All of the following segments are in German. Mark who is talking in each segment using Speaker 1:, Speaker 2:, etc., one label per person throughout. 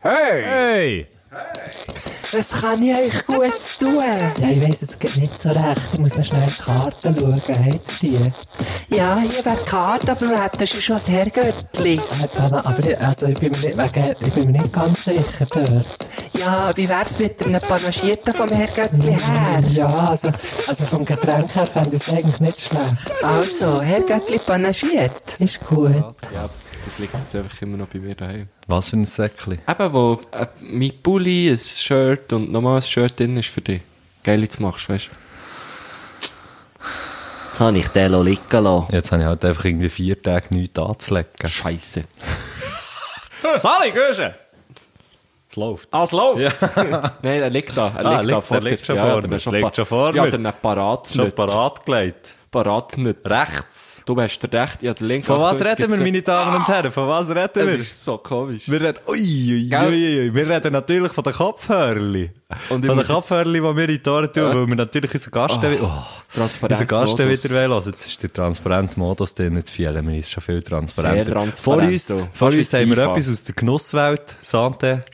Speaker 1: Hey!
Speaker 2: Hey!
Speaker 3: Was kann ich euch Gutes tun?
Speaker 4: Ja, ich weiss es geht nicht so recht. Ich muss noch schnell die Karten schauen. Habt ihr die?
Speaker 3: Ja, hier wäre die Karte, aber wir hätten schon das Herrgöttli.
Speaker 4: Äh, Dana, aber ich, also ich, bin mir nicht, wegen, ich bin mir nicht ganz sicher dort.
Speaker 3: Ja, wie wär's mit einem Panagierten vom Herrgöttli her?
Speaker 4: Ja, also, also vom Getränk her fände ich es eigentlich nicht schlecht.
Speaker 3: Also, Herrgöttli panagiert.
Speaker 4: Ist gut.
Speaker 5: Ja, das liegt jetzt einfach immer noch bei mir daheim.
Speaker 2: Was für ein Säckchen.
Speaker 5: Eben, wo äh, mein Pulli, ein Shirt und nochmal ein Shirt drin ist für dich. Geil, jetzt machst du, weißt du?
Speaker 6: Jetzt habe ich den liegen lassen.
Speaker 2: Jetzt habe ich halt einfach irgendwie vier Tage nichts anzulegen.
Speaker 5: Scheiße.
Speaker 2: Sali, Also, gehst du? Es läuft.
Speaker 5: Ah, es läuft! Nein, er liegt da. Er
Speaker 2: Ah,
Speaker 5: liegt da
Speaker 2: liegt-
Speaker 5: vor
Speaker 2: er liegt
Speaker 5: dir.
Speaker 2: schon
Speaker 5: Ja,
Speaker 2: vor
Speaker 5: der
Speaker 2: mir.
Speaker 5: ist
Speaker 2: Es liegt
Speaker 5: pa-
Speaker 2: schon vor
Speaker 5: Ja,
Speaker 2: mir.
Speaker 5: der hat parat
Speaker 2: Schon parat gelegt.
Speaker 5: Parat nicht.
Speaker 2: Rechts.
Speaker 5: Du hast recht, ja, der linke
Speaker 2: Von was
Speaker 5: Achtung, jetzt
Speaker 2: reden wir,
Speaker 5: gibt's-
Speaker 2: meine Damen und Herren? Von was reden
Speaker 5: Das
Speaker 2: wir?
Speaker 5: ist so komisch.
Speaker 2: Wir reden, ui, ui,
Speaker 5: Gell?
Speaker 2: ui, ui. wir reden natürlich von den Kopfhörli. Von
Speaker 5: Und ich
Speaker 2: den
Speaker 5: muss jetzt-
Speaker 2: Kopfhörli, die wir in die Ohren tun, weil wir natürlich unseren Gast, oh. Oh.
Speaker 5: Transparenz.
Speaker 2: Unseren Gast wieder hören wollen. Jetzt ist der transparente Modus drin, jetzt fehlen wir, ist schon viel transparenter.
Speaker 5: Sehr transparent,
Speaker 2: Vor uns,
Speaker 5: du.
Speaker 2: vor
Speaker 5: Fast
Speaker 2: uns
Speaker 5: wie
Speaker 2: haben wir
Speaker 5: FIFA.
Speaker 2: etwas aus der Genusswelt, Sante.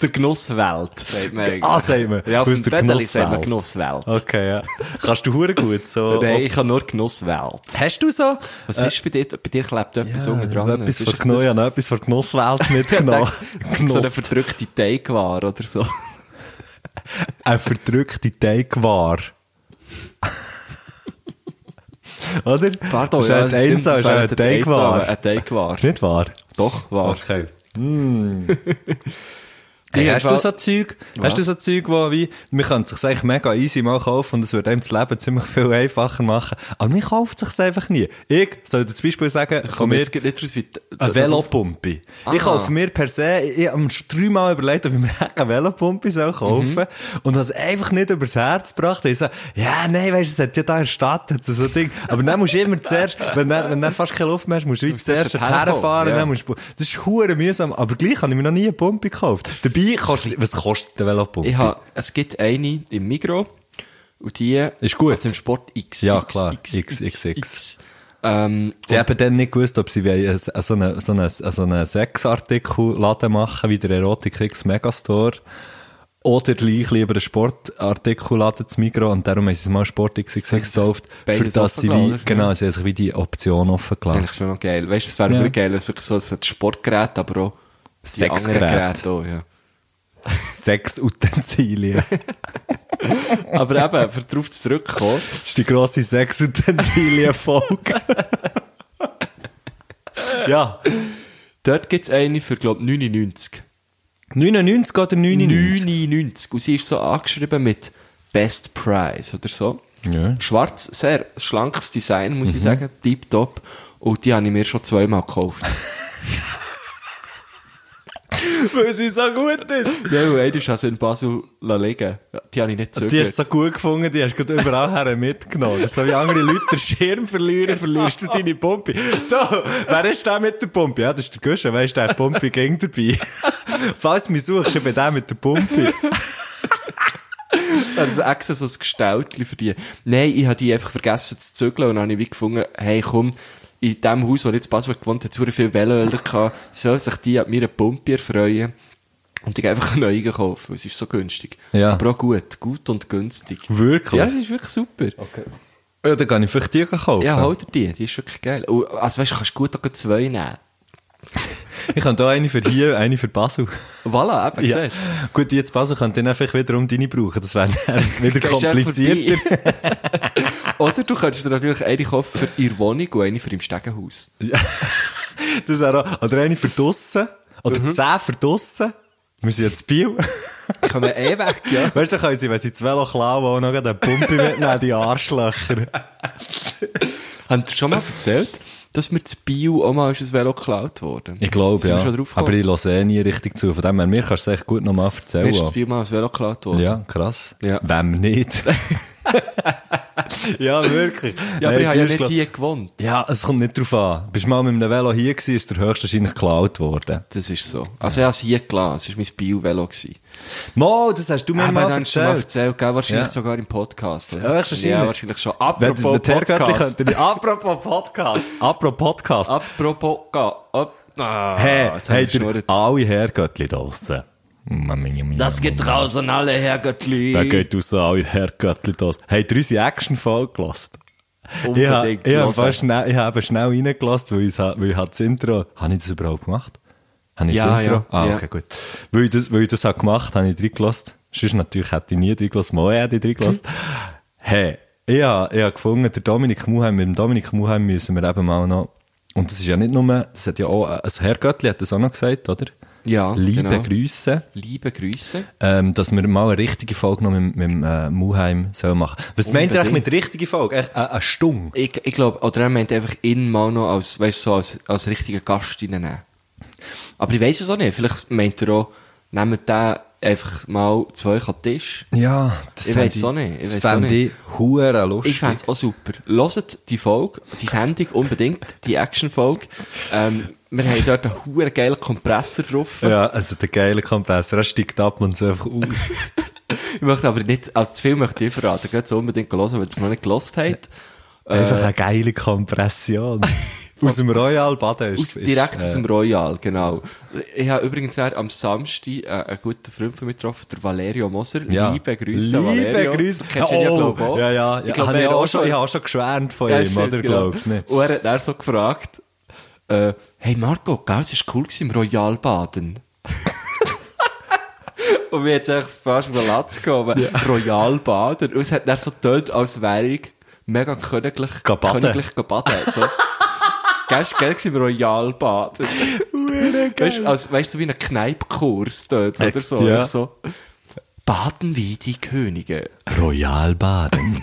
Speaker 5: Der Genusswelt, sagt man eigentlich.
Speaker 2: Ah, sagt man.
Speaker 5: Ja, auf
Speaker 2: Aus
Speaker 5: dem
Speaker 2: der
Speaker 5: Brettel sagt man
Speaker 2: Genusswelt.
Speaker 5: Genusswelt.
Speaker 2: Okay, ja. Kannst du hure gut so.
Speaker 5: Nein, ich habe nur Genusswelt.
Speaker 2: Hast du so? äh,
Speaker 5: Was ist bei dir? Bei dir klebt etwas ja, unten dran.
Speaker 2: etwas
Speaker 5: Was
Speaker 2: von
Speaker 5: ist
Speaker 2: Genuss,
Speaker 5: das?
Speaker 2: ich habe noch etwas von Genusswelt mitgenommen.
Speaker 5: So eine
Speaker 2: Genuss,
Speaker 5: verdrückte Teigware oder so.
Speaker 2: eine verdrückte Teigware. Oder?
Speaker 5: Pardon,
Speaker 2: ist
Speaker 5: ja,
Speaker 2: ein
Speaker 5: das stimmt,
Speaker 2: Einzel,
Speaker 5: das
Speaker 2: ist
Speaker 5: wäre
Speaker 2: eine
Speaker 5: der Teigware.
Speaker 2: Teigware.
Speaker 5: Eine Teigware.
Speaker 2: Nicht wahr?
Speaker 5: Doch, wahr.
Speaker 2: Okay. Hey, hast du so
Speaker 5: Irgendwann-
Speaker 2: Zeug, hast du so Zeug, wo wie, man könnte sich's eigentlich mega easy mal kaufen und es würde einem das Leben ziemlich viel einfacher Oh, machen. Aber man kauft sich's einfach nie. Ich sollte zum Beispiel sagen, ich
Speaker 5: Komm,
Speaker 2: mir
Speaker 5: jetzt geht nicht raus wie... d-
Speaker 2: eine Velopumpe. Ich kaufe mir per se, ich habe mir schon dreimal überlegt, ob ich mir eine Velopumpe soll kaufen soll. Und habe es einfach nicht übers Herz gebracht. Ich so, ja, nein, weißt du, es hat ja da in der Stadt hat es so ein Ding. Aber dann musst du immer zuerst, wenn du wenn dann fast keine Luft mehr hast, musst du wie zuerst
Speaker 5: erst herkommen,
Speaker 2: herfahren.
Speaker 5: ja.
Speaker 2: Dann musst du, das ist hure mühsam. Aber gleich habe ich mir noch nie eine Pumpe gekauft. Dabei kostet, was kostet eine Velopumpe?
Speaker 5: Ich habe, es gibt eine im Migro und die
Speaker 2: Ist gut.
Speaker 5: Also im Sport X.
Speaker 2: Ja,
Speaker 5: X,
Speaker 2: klar.
Speaker 5: X,
Speaker 2: X,
Speaker 5: X,
Speaker 2: X,
Speaker 5: X.
Speaker 2: X.
Speaker 5: Ähm,
Speaker 2: Sie haben dann nicht gewusst, ob sie wollen, äh, so einen so eine, so eine Sexartikel-Laden machen, wie der Erotik X Megastore. Oder gleich lieber einen Sportartikelladen zu Migros und darum haben sie es mal Sport X
Speaker 5: haben sich
Speaker 2: gekauft, für
Speaker 5: beides
Speaker 2: das sie
Speaker 5: offen
Speaker 2: wie,
Speaker 5: gelassen,
Speaker 2: genau, sie haben sich wie die Option offen
Speaker 5: Das ist
Speaker 2: gelassen.
Speaker 5: eigentlich schon noch geil. Weißt du, es wäre
Speaker 2: Ja.
Speaker 5: ja. geil, wenn es wirklich so so ein Sportgerät, aber auch die anderen
Speaker 2: Sexgerät.
Speaker 5: Geräte auch, ja.
Speaker 2: Sexutensilien.
Speaker 5: Aber eben, für darauf zurückkommen,
Speaker 2: das ist die grosse Sexutensilien-Folge. ja.
Speaker 5: dort gibt es eine für, glaube ich, 99.
Speaker 2: 99 oder 99?
Speaker 5: 99. Und sie ist so angeschrieben mit Best Price oder so.
Speaker 2: Ja. Mhm.
Speaker 5: Schwarz, sehr schlankes Design, muss ich sagen. Deep top. Und die habe ich mir schon zweimal gekauft.
Speaker 2: Weil sie so gut ist.
Speaker 5: ja, und eine ist also in Basel liegen. Die habe ich nicht
Speaker 2: Die
Speaker 5: zögert.
Speaker 2: hast du so gut gefunden, die hast du gerade überall her mitgenommen. So wie andere Leute den Schirm verlieren, verlierst du deine Pumpe. Da, wer ist der mit der Pumpe? Ja, das ist der Guschen, weißt du, der hat die Pumpe ging dabei. Falls du mich suchst, ich bin der mit der Pumpe.
Speaker 5: Also extra so ein Gestaltchen für die. Nein, ich habe die einfach vergessen zu zügeln und dann habe ich wie gefunden, hey komm, in dem Haus, wo ich jetzt in Basel gewohnt habe, zu viele Velöler gehabt, soll sich die an meiner Pumpe erfreuen. Und ich gehe einfach einen neuen kaufen, es ist so günstig.
Speaker 2: Ja.
Speaker 5: Aber auch gut, gut und günstig.
Speaker 2: Wirklich?
Speaker 5: Ja, das ist wirklich super.
Speaker 2: Ja, dann kann ich vielleicht die kaufen.
Speaker 5: Ja, halt. hol dir die, die ist wirklich geil. Und, also weißt du, kannst gut auch gleich zwei nehmen.
Speaker 2: Ich kann da eine für hier, eine für Basel.
Speaker 5: Voilà, eben,
Speaker 2: Ja.
Speaker 5: siehst
Speaker 2: Gut, die jetzt Basel könnte dann einfach wiederum deine brauchen. Das wäre dann wieder
Speaker 5: Gehst einfach
Speaker 2: komplizierter.
Speaker 5: vorbei. Oder du könntest dir natürlich eine kaufen für ihre Wohnung und eine für im Stegenhaus.
Speaker 2: Das wäre auch, oder eine für draussen. Oder
Speaker 5: Mhm.
Speaker 2: zehn für draussen. Wir sind jetzt Biel.
Speaker 5: Kann man eh weg, ja.
Speaker 2: Weißt du, da können sie, wenn sie das Velo klauen, auch noch eine Pumpe mitnehmen, die Arschlöcher.
Speaker 5: Habt ihr schon mal erzählt, dass mir das Bio auch mal ist ein Velo geklaut worden?
Speaker 2: Ich glaube,
Speaker 5: Sind wir
Speaker 2: ja.
Speaker 5: schon drauf
Speaker 2: Aber
Speaker 5: gekommen?
Speaker 2: ich lasse eh nie richtig zu. Von dem her, mir kannst du es echt gut nochmal
Speaker 5: Mir
Speaker 2: erzählen.
Speaker 5: ist das Bio mal ein Velo geklaut worden.
Speaker 2: ja, krass.
Speaker 5: Ja.
Speaker 2: Wem nicht? ja, wirklich.
Speaker 5: Ja, aber
Speaker 2: Nein,
Speaker 5: ich habe ja
Speaker 2: du hast,
Speaker 5: nicht
Speaker 2: glaub-
Speaker 5: hier gewohnt.
Speaker 2: Ja, es kommt nicht drauf an. Bist mal mit einem Velo hier gewesen, ist der höchstwahrscheinlich geklaut worden.
Speaker 5: Das ist so. Also ich habe es hier gelassen, es war mein Bio-Velo. gewesen.
Speaker 2: Mo, das hast du mir
Speaker 5: Aber
Speaker 2: mal
Speaker 5: dann hast du schon mal
Speaker 2: erzählt.
Speaker 5: erzählt, gell? wahrscheinlich
Speaker 2: Ja.
Speaker 5: sogar im Podcast. oder?
Speaker 2: Ja, höchstwahrscheinlich.
Speaker 5: Ja, wahrscheinlich schon.
Speaker 2: Wenn-
Speaker 5: Apropos
Speaker 2: wenn der Herrgöttli
Speaker 5: Podcast.
Speaker 2: könnte- Apropos Podcast. Apropos Podcast.
Speaker 5: Apropos, ga- ab, Ah,
Speaker 2: Hey,
Speaker 5: jetzt hab
Speaker 2: hey,
Speaker 5: ich geschnurrt.
Speaker 2: alle Herrgöttli draussen.
Speaker 5: Das geht draußen alle, Herr Göttli.
Speaker 2: Da geht raus an alle Herrgöttli draussen. Habt ihr unsere Action-Folge gelassen? Ich habe
Speaker 5: Unbedingt
Speaker 2: ich hab
Speaker 5: hören.
Speaker 2: fast schnell, ich hab eben schnell reingelassen, weil ich, weil ich hab das Intro... Habe ich das überhaupt gemacht? Habe ich
Speaker 5: Ja,
Speaker 2: das Intro?
Speaker 5: ja,
Speaker 2: ah,
Speaker 5: ja.
Speaker 2: okay, gut. Weil ich das, weil ich das hab gemacht habe, ich reingelassen. Sonst natürlich hätte ich nie reingelassen, mal hätte ich reingelassen. hey, ich habe ich hab gefunden, der Dominik Muheim, mit dem Dominik Muheim müssen wir eben mal noch... Und das ist ja nicht nur... Das hat ja auch... Also Herrgöttli hat das auch noch gesagt, oder?
Speaker 5: Ja,
Speaker 2: Liebe
Speaker 5: genau.
Speaker 2: Grüße
Speaker 5: Liebe Grüße.
Speaker 2: ähm, dass wir mal eine richtige Folge noch mit, mit dem äh, Muheim sollen machen Was meint ihr eigentlich mit richtiger Folge? Echt Eine, eine Stunde?
Speaker 5: Ich, ich glaube, oder er meint einfach ihn mal noch als, weißt, so als, als richtigen Gast reinnehmen. Aber ich weiß es auch nicht. Vielleicht meint er auch, nehmen den einfach mal zwei an den Tisch.
Speaker 2: Ja, das
Speaker 5: Ich
Speaker 2: fänd
Speaker 5: weiss auch nicht, ich
Speaker 2: Das
Speaker 5: weiss auch
Speaker 2: fände ich
Speaker 5: nicht.
Speaker 2: hure lustig.
Speaker 5: Ich fänd's auch super. Loset die Folge, die Sendung unbedingt, die Action-Folge. Ähm, wir haben dort einen huere geilen Kompressor drauf.
Speaker 2: ja, also der geile Kompressor, er steigt ab und so einfach aus.
Speaker 5: Ich möchte aber nicht, also zu viel möchte ich verraten. Geht so unbedingt hören, weil ihr es noch nicht gelost habt. Äh,
Speaker 2: einfach eine geile Kompression. aus dem Royal Baden ist
Speaker 5: Aus,
Speaker 2: ist,
Speaker 5: direkt
Speaker 2: äh,
Speaker 5: aus dem Royal, genau. Ich habe übrigens auch am Samstag äh, einen guten Freund von mir getroffen, der Valerio Moser.
Speaker 2: ja.
Speaker 5: Liebe Grüße, Valerio.
Speaker 2: Liebe Grüße.
Speaker 5: Du Kennst ihn ja,
Speaker 2: oh,
Speaker 5: glaub ich, auch.
Speaker 2: ja, ja, ja. Ich,
Speaker 5: glaub,
Speaker 2: habe
Speaker 5: wir
Speaker 2: ich
Speaker 5: haben
Speaker 2: auch schon, ich habe auch schon geschwärmt von
Speaker 5: Ja,
Speaker 2: ihm,
Speaker 5: stimmt,
Speaker 2: oder?
Speaker 5: genau.
Speaker 2: Glaubst du nicht?
Speaker 5: Und er hat dann so gefragt, äh, hey Marco, gell, es war cool gewesen im Royal Baden. Und wir haben echt fast über den Latz gekommen. Royal Baden. Und es hat dann so getönt, als wäre ich mega königlich,
Speaker 2: Geh baden.
Speaker 5: königlich gebaden. So. Gell, es war geil gewesen im Royal Baden. weißt du, als, weißt du, wie ein Kneipkurs dort, oder so.
Speaker 2: Ja.
Speaker 5: Oder so. Baden wie die Könige.
Speaker 2: Royal Baden.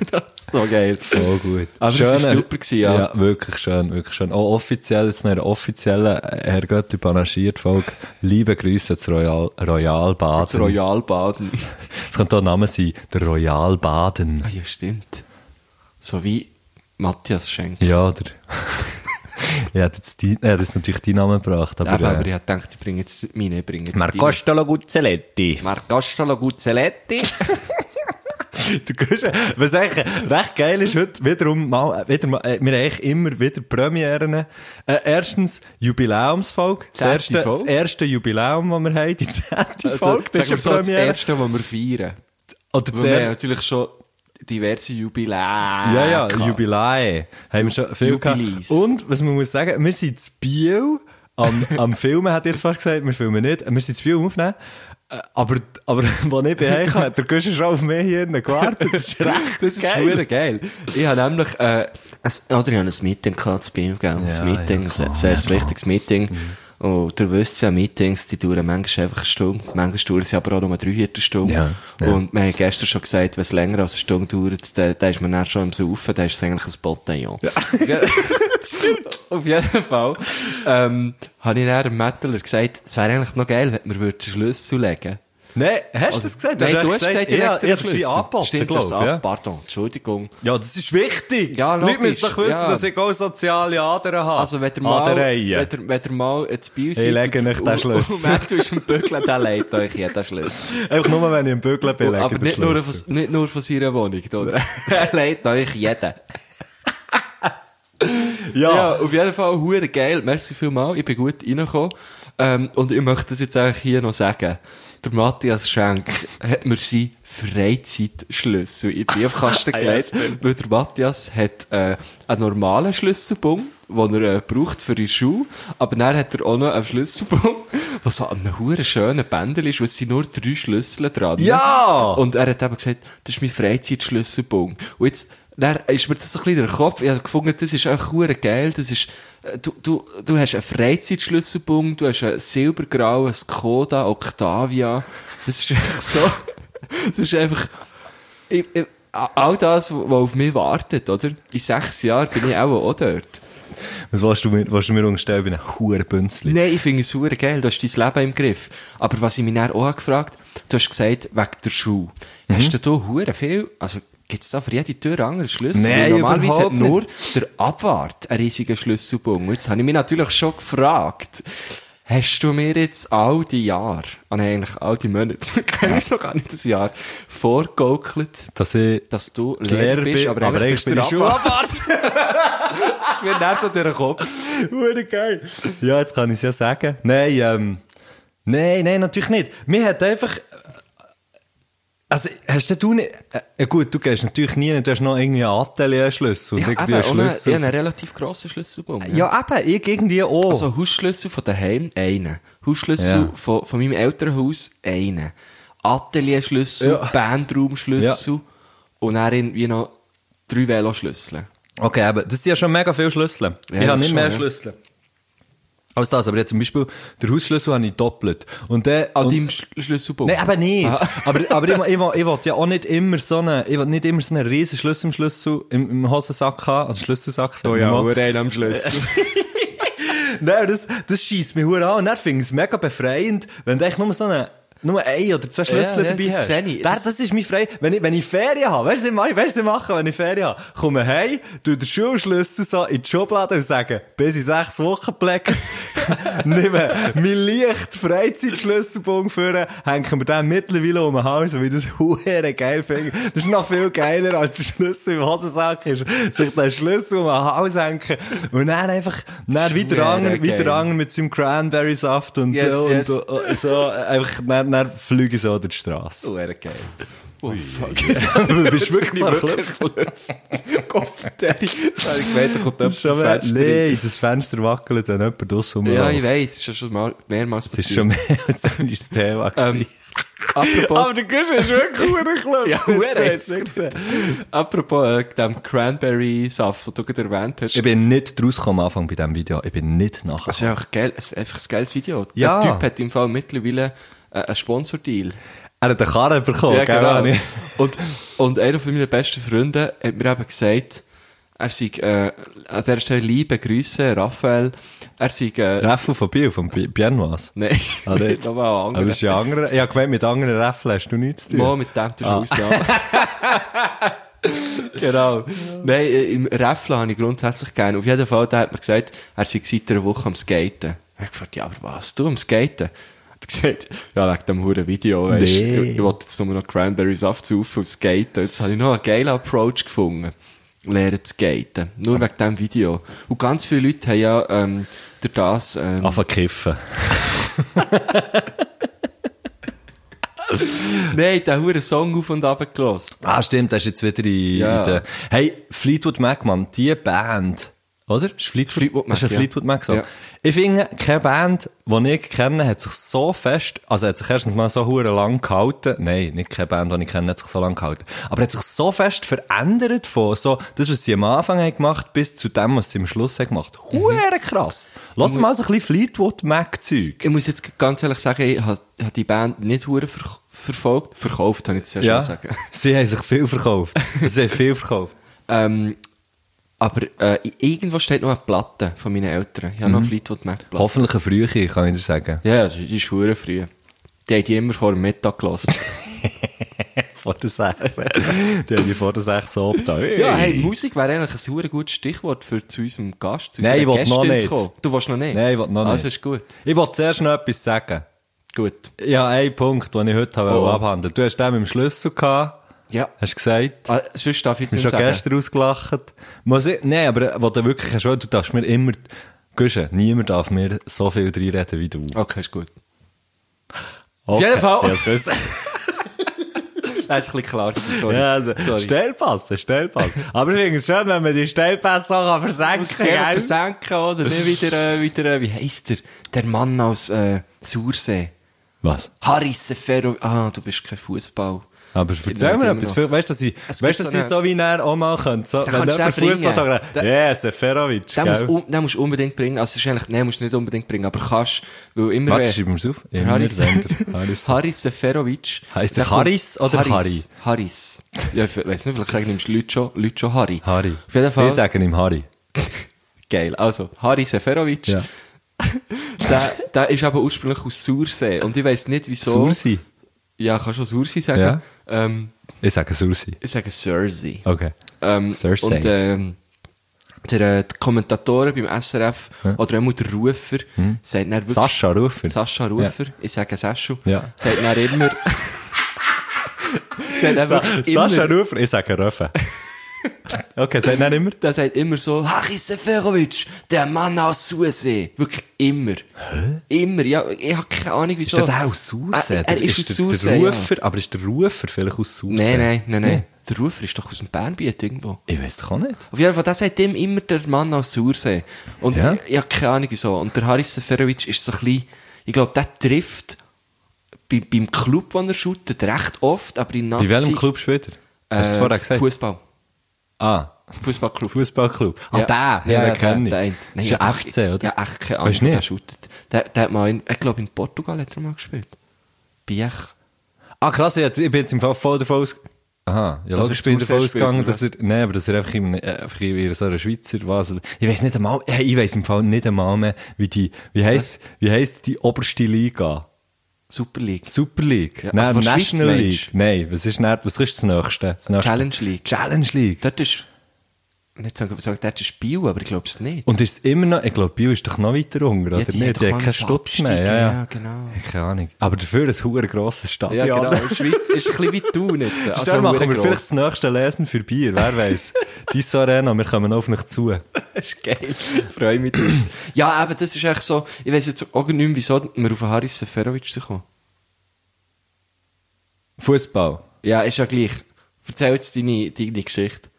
Speaker 5: so geil.
Speaker 2: Oh, gut.
Speaker 5: Aber es war super gewesen, ja.
Speaker 2: wirklich schön, wirklich schön. Auch offiziell, jetzt noch in der offiziellen äh, Herr Götti panaschiert Folge. Liebe Grüße zu Royal, Royal
Speaker 5: Das
Speaker 2: Baden.
Speaker 5: Royal Baden.
Speaker 2: Es könnte auch ein Name sein, der Royal Baden.
Speaker 5: Ah ja, stimmt. So wie Matthias Schenk.
Speaker 2: Ja, oder? ich hätte jetzt die, er hat jetzt natürlich deinen Namen gebracht, aber,
Speaker 5: Aber,
Speaker 2: äh,
Speaker 5: aber ich hab gedacht, ich bringe jetzt meine, ich bringe jetzt
Speaker 6: Marcostolo Guzzelletti.
Speaker 5: die. Marcostolo Guzzelletti.
Speaker 2: Du gehst, was eigentlich recht geil ist heute, wiederum mal, äh, wieder mal, äh, wir haben eigentlich immer wieder Premieren. Äh, erstens, Jubiläumsfolge. Das
Speaker 5: Zehnte
Speaker 2: erste, das
Speaker 5: Folge.
Speaker 2: erste Jubiläum, das wir haben, die zehnte
Speaker 5: Also,
Speaker 2: Folge, das
Speaker 5: das ist
Speaker 2: ist
Speaker 5: so
Speaker 2: eine
Speaker 5: das
Speaker 2: Premiere.
Speaker 5: Erste, was wir feiern.
Speaker 2: Oder das
Speaker 5: Weil wir Ah, haben
Speaker 2: erste,
Speaker 5: natürlich schon diverse Jubiläen.
Speaker 2: ja, ja,
Speaker 5: gehabt.
Speaker 2: Jubiläe. Haben wir schon viel gehabt.
Speaker 5: Jubiläes.
Speaker 2: Und, was man muss sagen, wir sind zu Biel, am, am Filmen, hat jetzt fast gesagt, wir filmen nicht, wir sind zu Biel am aufnehmen. Äh, Aber, aber, als ich bin heimgekommen, hat der Guschen schon auf mich hier hinten gewartet. Das ist recht
Speaker 5: Das ist geil. geil. Ich habe nämlich, äh, ein, oder ich habe ein Meeting gehabt zu Biel, gell?
Speaker 2: eh, Ja,
Speaker 5: ein Meeting,
Speaker 2: ja, Mm.
Speaker 5: ein sehr wichtiges Meeting. Und ihr wisst ja, Meetings, die dauern manchmal einfach eine Stunde, manchmal dauern sie aber auch nur eine Dreiviertelstunde.
Speaker 2: Ja, ja.
Speaker 5: Und wir haben gestern schon gesagt, wenn es länger als eine Stunde dauert, dann, dann ist man dann schon am Saufen, dann ist es eigentlich ein Bataillon. Auf jeden Fall
Speaker 2: Ehm,
Speaker 5: ähm, habe ich dann dem Mettler gesagt, es wäre eigentlich noch geil, wenn wir würden den Schlüssel legen
Speaker 2: Nein, hast du
Speaker 5: Also,
Speaker 2: das gesagt?
Speaker 5: Nein,
Speaker 2: echt
Speaker 5: du hast gesagt, direkt
Speaker 2: ja,
Speaker 5: den
Speaker 2: ich habe das wie
Speaker 5: Schlüssel.
Speaker 2: angeboten,
Speaker 5: Stimmt, du hast es
Speaker 2: glaube ich.
Speaker 5: ab-
Speaker 2: Ja.
Speaker 5: Pardon, Entschuldigung.
Speaker 2: ja, das ist wichtig.
Speaker 5: Ja,
Speaker 2: Leute
Speaker 5: logisch,
Speaker 2: müssen doch wissen,
Speaker 5: ja.
Speaker 2: dass ich auch soziale Adern habe.
Speaker 5: Also, wenn ihr mal, wenn
Speaker 2: Adereien.
Speaker 5: ihr, wenn ihr mal ins Bier
Speaker 2: lege euch den Schlüssel.
Speaker 5: Und Matthew ist im Bügeln, der legt euch jeden Schlüssel.
Speaker 2: Einfach nur, wenn ich im Bügeln bin, lege ich
Speaker 5: Aber
Speaker 2: den
Speaker 5: nicht nur,
Speaker 2: Schlüssel.
Speaker 5: von, nicht nur von seiner Wohnung, oder? er legt euch jeden.
Speaker 2: Ja.
Speaker 5: Ja, auf jeden Fall, hure geil. Merci vielmals. Ich bin gut reingekommen. Ähm, und ich möchte das jetzt eigentlich hier noch sagen. Der Matthias Schenk hat mir seinen Freizeitschlüssel in den Briefkasten gelegt. weil der Matthias hat, äh, einen normalen Schlüsselbund, den er äh, braucht für die Schuhe. Aber dann hat er auch noch einen Schlüsselbund, der so an einem hure schönen Bändel ist, wo es sind nur drei Schlüssel dran.
Speaker 2: Ja!
Speaker 5: Und er hat eben gesagt, das ist mein Freizeitschlüsselbund. Und jetzt, dann ist mir das so ein bisschen in den Kopf. Ich habe gefunden, das ist echt hure geil. Das ist, äh, du, du, du hast einen Freizeitschlüsselbund, du hast einen silbergrauen Skoda Octavia. Das ist echt so, das ist einfach, ich, ich, all das, was auf mich wartet, oder? In sechs Jahren bin ich auch, auch dort.
Speaker 2: Was willst du mir, willst du mir unterstellen? Ich bin ein Hurenbünzli.
Speaker 5: Nein, ich finde es super geil, du hast dein Leben im Griff. Aber was ich mich dann auch gefragt du hast gesagt, wegen der Schuhe.
Speaker 2: Mhm.
Speaker 5: Hast du da hure viel, also gibt es da für jede Tür einen anderen Schlüssel?
Speaker 2: Nein,
Speaker 5: Weil normalerweise hat
Speaker 2: überhaupt
Speaker 5: nur der Abwart einen riesigen Schlüsselbund. Jetzt habe ich mich natürlich schon gefragt, hast du mir jetzt all die Jahre, ah nein, eigentlich all die Monate, ich weiß noch gar nicht das Jahr, vorgegaukelt,
Speaker 2: Dass ich
Speaker 5: dass du Lehrer, bist, aber,
Speaker 2: aber
Speaker 5: eigentlich
Speaker 2: extra
Speaker 5: bist du
Speaker 2: in
Speaker 5: Schule.
Speaker 2: Schule.
Speaker 5: Das ist mir nicht so durch den Kopf.
Speaker 2: Hure geil. Ja, jetzt kann ich es ja sagen. Nein, ähm, nein, nein, natürlich nicht. Mir hat einfach. Also, hast denn du nicht. Äh, gut, du gehst natürlich nie, du hast noch irgendwie einen Atelier-Schlüssel.
Speaker 5: Ja,
Speaker 2: und
Speaker 5: eben,
Speaker 2: irgendwie
Speaker 5: ohne,
Speaker 2: einen
Speaker 5: ich habe
Speaker 2: Schlüssel.
Speaker 5: einen relativ grossen Schlüsselbaum.
Speaker 2: Ja, eben, ich irgendwie auch.
Speaker 5: Also Hausschlüssel von daheim, einen. Hausschlüssel
Speaker 2: Ja.
Speaker 5: von, von meinem Elternhaus, einen. Atelierschlüssel,
Speaker 2: Ja.
Speaker 5: Bandraumschlüssel und dann irgendwie noch drei Veloschlüssel.
Speaker 2: okay, aber das sind ja schon mega viele Schlüssel.
Speaker 5: Ja,
Speaker 2: ich habe
Speaker 5: das
Speaker 2: nicht
Speaker 5: schon,
Speaker 2: mehr
Speaker 5: ja.
Speaker 2: Schlüssel. Als das, aber jetzt zum Beispiel, der Hausschlüssel habe ich doppelt. Und der.
Speaker 5: An
Speaker 2: und-
Speaker 5: deinem Schl- Schlüsselbaum?
Speaker 2: Nein, eben nicht.
Speaker 5: Ah.
Speaker 2: Aber, aber ich, ich, will- ich will ja auch nicht immer so einen, ich will nicht immer so einen riesen Schlüssel im Schlüssel, im, im Hosensack haben, also Schlüsselsack. sagt
Speaker 5: Oh
Speaker 2: man mal.
Speaker 5: einen am Schlüssel.
Speaker 2: Nein, das, das schießt mich hure an. Und dann finde ich es mega befreiend, wenn du eigentlich nur so eine, nur ein oder zwei Schlüssel
Speaker 5: ja,
Speaker 2: dabei
Speaker 5: das
Speaker 2: hast.
Speaker 5: sehe ich.
Speaker 2: Das,
Speaker 5: Das-
Speaker 2: das ist mein frei. Wenn ich, wenn ich Ferien habe, weißt du, was ich mache? Weißt du, was ich mache, wenn ich Ferien habe? Komme heim, tu den Schulschlüssel so in die Schublade und sage, bis in sechs Wochen Black, nehme mein leicht Freizeitschlüsselbogen führen, hängen wir den mittlerweile um den Hals, weil ich das hure geil finde. Das ist noch viel geiler, als der Schlüssel im Hosensack ist. Sich den Schlüssel um den Hals hängen und dann einfach, dann
Speaker 5: ist
Speaker 2: weiter
Speaker 5: hure
Speaker 2: angeln,
Speaker 5: geil.
Speaker 2: weiter angeln mit seinem Cranberry-Saft und
Speaker 5: Yes,
Speaker 2: so.
Speaker 5: yes.
Speaker 2: Und so, so einfach, dann, dann fliege ich so durch die Straße.
Speaker 5: So, er geil. Oh, fuck.
Speaker 2: Du bist wirklich so ein
Speaker 5: Kopf, der. Jetzt habe ich gemeint, da kommt jemand zum
Speaker 2: Klöpfer.
Speaker 5: Fenster rein.
Speaker 2: Nein, das Fenster wackelt, wenn jemand draussen
Speaker 5: Ja, ich
Speaker 2: rumläuft.
Speaker 5: weiss, es ist ja schon mal, mehrmals
Speaker 2: Das ist schon
Speaker 5: passiert.
Speaker 2: mehr als ein Thema.
Speaker 5: Ähm, Apropos...
Speaker 2: der Güssel ist wirklich ein Klöpfer.
Speaker 5: Ja, hure. Apropos äh, dem Cranberry-Saft, den du gerade erwähnt hast.
Speaker 2: Ich bin nicht draus gekommen am Anfang bei diesem Video. Ich bin nicht nachher.
Speaker 5: Das ist ja auch geil, es ist einfach ein geiles Video.
Speaker 2: Ja.
Speaker 5: Der Typ hat im Fall mittlerweile äh, einen Sponsordeal. genau.
Speaker 2: Er hat den Karren bekommen, gell, Ani?
Speaker 5: Und, und einer von meinen besten Freunden hat mir eben gesagt, er sei, äh, an der Stelle liebe Grüße, Raphael, er sei, äh,
Speaker 2: Raffel von Bio, von Bi- Biennoise.
Speaker 5: nein,
Speaker 2: Ah, nicht.
Speaker 5: nochmal ein
Speaker 2: Aber das ist
Speaker 5: anderer.
Speaker 2: ja andere. Ich habe gemeint, mit anderen Raffeln hast du nichts zu
Speaker 5: Mo,
Speaker 2: tun.
Speaker 5: mit dem tust du
Speaker 2: Ah.
Speaker 5: Ausnahme. genau. Nein, äh, im Räffeln habe ich grundsätzlich gerne. Auf jeden Fall, der hat mir gesagt, er sei seit einer Woche am Skaten. Ich habe gefragt, ja, aber was, du am Skaten? Er hat gesagt, ja, wegen dem huren Video, weißt du.
Speaker 2: Nee.
Speaker 5: Ich, ich wollte jetzt nur noch Cranberry Saft saufen und skaten. Jetzt habe ich noch einen geilen Approach gefunden. Lernen zu skaten. Nur wegen diesem Video. Und ganz viele Leute haben ja, ähm, durch das, ähm,
Speaker 2: Anfangen kiffen.
Speaker 5: nein, den huren Song auf und ab gelassen.
Speaker 2: Ah, stimmt, das ist jetzt wieder in,
Speaker 5: Ja.
Speaker 2: in der... Hey, Fleetwood Mac, Mann, die Band, oder? Ist Fleetwood,
Speaker 5: Fleetwood Mac,
Speaker 2: Ist ein
Speaker 5: ja.
Speaker 2: Fleetwood Mac so?
Speaker 5: Ja.
Speaker 2: Ich finde, keine Band, die ich kenne, hat sich so fest, also hat sich erstens mal so hure lang gehalten, nein, nicht keine Band, die ich kenne, hat sich so lang gehalten, aber hat sich so fest verändert von so, das, was sie dus am Anfang haben gemacht, bis zu dem, was sie am Schluss haben gemacht.
Speaker 5: Mhm.
Speaker 2: Hure krass. Lass mal so ein bisschen Fleetwood Mac Zeug.
Speaker 5: ich muss jetzt ganz ehrlich sagen, ich habe habe die Band nicht hure ver verfolgt. Verkauft, habe ich jetzt sehr
Speaker 2: Ja.
Speaker 5: schön sagen.
Speaker 2: Sie haben sich viel verkauft. sie haben viel verkauft.
Speaker 5: Ähm, aber äh, irgendwo steht noch eine Platte von meinen Eltern. Ich habe noch eine Fleetwood Mac Platte.
Speaker 2: Hoffentlich eine Frühe, kann ich dir sagen.
Speaker 5: Mhm. Ja, die die ist hure früh. Die haben die immer vor dem Mittag gelassen.
Speaker 2: Vor der 6. die haben die vor der 6 abgetan.
Speaker 5: ja, hey, Musik wäre eigentlich ein hure gutes Stichwort für zu unserem Gast, zu
Speaker 2: Nein, ich will noch
Speaker 5: Gästin
Speaker 2: nicht.
Speaker 5: zu kommen. Du willst noch nicht?
Speaker 2: Nein, ich will noch nicht.
Speaker 5: Also ist gut.
Speaker 2: Ich wollte zuerst noch etwas sagen.
Speaker 5: Gut.
Speaker 2: Ja, einen Punkt, den ich heute habe
Speaker 5: Oh.
Speaker 2: abhandeln Du hast den mit dem Schlüssel gehabt,
Speaker 5: Ja.
Speaker 2: hast gesagt.
Speaker 5: Ah, sonst darf ich jetzt
Speaker 2: Du hast
Speaker 5: nicht
Speaker 2: schon
Speaker 5: sagen.
Speaker 2: gestern ausgelacht. Muss ich, nein, aber was du wirklich hast, du darfst mir immer, Güsche, niemand darf mir so viel reinreden wie du.
Speaker 5: Okay, ist gut.
Speaker 2: Auf
Speaker 5: jeden Fall.
Speaker 2: Fall.
Speaker 5: Das ist ein bisschen klar. Sorry.
Speaker 2: Ja, also,
Speaker 5: Sorry.
Speaker 2: Stellpass, der Stellpass. Aber ich finde es schön, wenn man die Stellpass so kann versenken
Speaker 5: Muss gerne
Speaker 2: gell?
Speaker 5: versenken, oder? Nicht wieder, äh, wieder, äh, wie heisst der? Der Mann aus äh, Sursee.
Speaker 2: Was?
Speaker 5: Haris Seferovic. Ah, du bist kein Fußball.
Speaker 2: Aber erzähl mir
Speaker 5: immer
Speaker 2: etwas.
Speaker 5: noch.
Speaker 2: Vielleicht- Weißt du, dass ich,
Speaker 5: Es
Speaker 2: weißt, du,
Speaker 5: gibt
Speaker 2: dass
Speaker 5: so
Speaker 2: ich so wie
Speaker 5: eine-
Speaker 2: er auch mal könnte? So, wenn
Speaker 5: kannst du
Speaker 2: jemand
Speaker 5: den bringen.
Speaker 2: Fußball da
Speaker 5: Der-
Speaker 2: yes, Seferovic.
Speaker 5: Den musst,
Speaker 2: gell?
Speaker 5: du- den musst du unbedingt bringen. Also, es ist eigentlich, nein, musst du nicht unbedingt bringen, aber kannst, weil immer.
Speaker 2: Warte,
Speaker 5: wenn-
Speaker 2: schreib mir's auf.
Speaker 5: Der
Speaker 2: Immer
Speaker 5: Haris,
Speaker 2: wenn der Haris-
Speaker 5: Haris Seferovic.
Speaker 2: Heisst der
Speaker 5: kommt-
Speaker 2: Haris oder Harry?
Speaker 5: Haris. Haris. Ja, ich weiß nicht, vielleicht sagen ihm Leute schon, Leute schon Harry.
Speaker 2: Harry.
Speaker 5: Auf jeden Fall.
Speaker 2: Wir sagen ihm Harry.
Speaker 5: Geil. Also, Haris Seferovic.
Speaker 2: Ja.
Speaker 5: Der, der ist aber ursprünglich aus Sursee. Und ich weiß nicht, wieso.
Speaker 2: Sursi.
Speaker 5: Ja, kannst schon Sursee sagen.
Speaker 2: Ja.
Speaker 5: Ähm,
Speaker 2: Ich sage Sursi.
Speaker 5: ich sage Sursee.
Speaker 2: Okay.
Speaker 5: Ähm,
Speaker 2: Cersei.
Speaker 5: Und ähm, der, äh, die Kommentatoren beim SRF oder einmal der Rufer sagt dann wirklich...
Speaker 2: Hm. Sascha Rufer.
Speaker 5: Sascha Rufer, ich sage Sascha,
Speaker 2: Ja.
Speaker 5: sagt dann immer... sagt dann
Speaker 2: Sa
Speaker 5: wirklich
Speaker 2: Sascha
Speaker 5: immer-
Speaker 2: Rufer, ich sage Rufer. okay, sagt nicht immer.
Speaker 5: Der sagt immer so, Harry Seferovic, der Mann aus Sursee. Wirklich immer. Immer, ja. Ich habe keine Ahnung, wieso. Ah, Äh, Er, er ist, aus Sursee, ja.
Speaker 2: Rufer, aber ist der Rufer vielleicht aus Sursee?
Speaker 5: Nein, nein, nein, nein. Der Rufer ist doch aus dem Bernbiet irgendwo.
Speaker 2: Ich weiß doch auch nicht.
Speaker 5: Auf jeden Fall, der sagt ihm immer der Mann aus Sursee. Und
Speaker 2: Ja.
Speaker 5: ich, ich habe keine Ahnung, wieso. Und der Harry Seferovic ist so ein bisschen, ich glaube, der trifft bei, beim Club, den er shootet, recht oft, aber in Nazi...
Speaker 2: Bei welchem Club spielt er? Hast du
Speaker 5: Äh,
Speaker 2: es vorher gesagt?
Speaker 5: Fußball.
Speaker 2: ah,
Speaker 5: Fußballclub.
Speaker 2: Fußballclub. Ah, der, ja,
Speaker 5: der,
Speaker 2: den kenne ich.
Speaker 5: der eine.
Speaker 2: ist ja
Speaker 5: doch-
Speaker 2: 18, oder?
Speaker 5: Ja, 18,
Speaker 2: Weißt
Speaker 5: weißt
Speaker 2: du
Speaker 5: der
Speaker 2: nicht?
Speaker 5: shootet. Der, der hat mal, in, ich glaube, in Portugal hat er mal gespielt. Biech.
Speaker 2: Ah, krass, ich hätte- ich bin jetzt im Fall voll davon aus- Aha, ja,
Speaker 5: Dass
Speaker 2: logisch,
Speaker 5: er
Speaker 2: ich bin
Speaker 5: zu
Speaker 2: davon
Speaker 5: Hause spielt,
Speaker 2: ausgegangen,
Speaker 5: oder
Speaker 2: dass er, nein, aber dass er einfach in, äh, einfach in in so einer Schweizer was, ich weiß nicht einmal, hey, ich weiß im Fall nicht einmal mehr, wie die, wie heisst, wie heisst die oberste Liga?
Speaker 5: Super League.
Speaker 2: Super League?
Speaker 5: Ja,
Speaker 2: nein,
Speaker 5: also von der
Speaker 2: National
Speaker 5: Schweiz
Speaker 2: League? Nein, was ist, denn- was ist das nächste? Das nächste?
Speaker 5: Challenge League.
Speaker 2: Challenge League.
Speaker 5: Dort ist, nicht sagen, sagen, dort ist Biel, aber ich glaube es nicht.
Speaker 2: Und ist es immer noch, ich glaube, Bio ist doch noch weiter unten, oder
Speaker 5: Ja, die haben
Speaker 2: nicht?
Speaker 5: doch
Speaker 2: Die
Speaker 5: mal
Speaker 2: hat keinen
Speaker 5: so
Speaker 2: Stutz mehr,
Speaker 5: abgestiegen,
Speaker 2: ja, ja.
Speaker 5: ja, genau.
Speaker 2: Ich hab Keine Ahnung. Aber dafür ein verdammt grosses Stadion.
Speaker 5: Ist, weit, ist ein bisschen wie du jetzt.
Speaker 2: Also genau. Stell machen wir vielleicht das nächste Lesen für Bier, wer weiß. Diese Arena, wir kommen auf mich zu.
Speaker 5: Das ist geil. Freue mich drauf. ja, aber das ist dus echt so, ich weiß jetzt auch nicht mehr, wieso wir auf Haris Seferovic zu kommen.
Speaker 2: Fußball.
Speaker 5: Ja, ist ja gleich. Erzähl jetzt deine, deine Geschichte.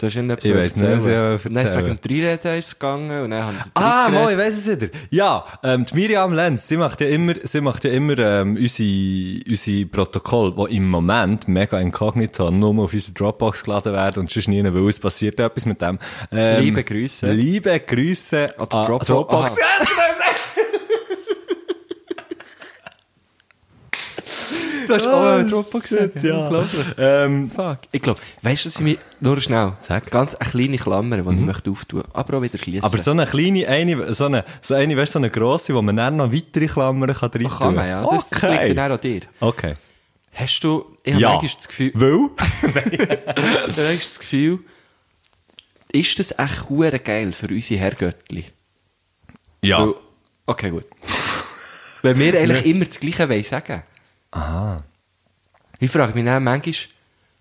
Speaker 5: Du hast ja nicht
Speaker 2: Ich weiss nicht, was ich erzählen
Speaker 5: Nein, es
Speaker 2: soll.
Speaker 5: wegen dem Dreireden ist es gegangen und dann haben sie
Speaker 2: Ah,
Speaker 5: drüber
Speaker 2: moin, ich
Speaker 5: geredet.
Speaker 2: weiss es wieder. Ja, ähm, die Miriam Lenz, sie macht ja immer, sie macht ja immer ähm, unsere, unsere Protokoll, die im Moment mega inkognito nur auf unsere Dropbox geladen werden und sonst nie, weil es passiert etwas mit dem. Ähm,
Speaker 5: Liebe Grüße.
Speaker 2: Liebe Grüße
Speaker 5: An die Dropbox. Aha.
Speaker 2: Ah, Du hast
Speaker 5: auch mal
Speaker 2: oh, Dropbox
Speaker 5: gesagt, Ah, ja.
Speaker 2: Unglaublich. Ähm,
Speaker 5: Fuck. Ich glaube, weißt du, was ich mir, nur schnell,
Speaker 2: Sag.
Speaker 5: ganz eine kleine Klammer, die ich möchte auftun, aber auch wieder schließen.
Speaker 2: Aber so eine kleine, eine, so eine, so eine, weißt, so eine grosse, wo man dann noch weitere Klammern kann rein
Speaker 5: kann man, ja. Das, das liegt dann auch an dir.
Speaker 2: Okay.
Speaker 5: Hast du, ich habe manchmal das Gefühl,
Speaker 2: Weil?
Speaker 5: ich habe manchmal das Gefühl, ist das echt hure geil für unsere Herrgöttli?
Speaker 2: Ja.
Speaker 5: Weil- Okay, gut. Wenn wir eigentlich immer das Gleiche wollen sagen. Aha. Ich frage mich dann manchmal,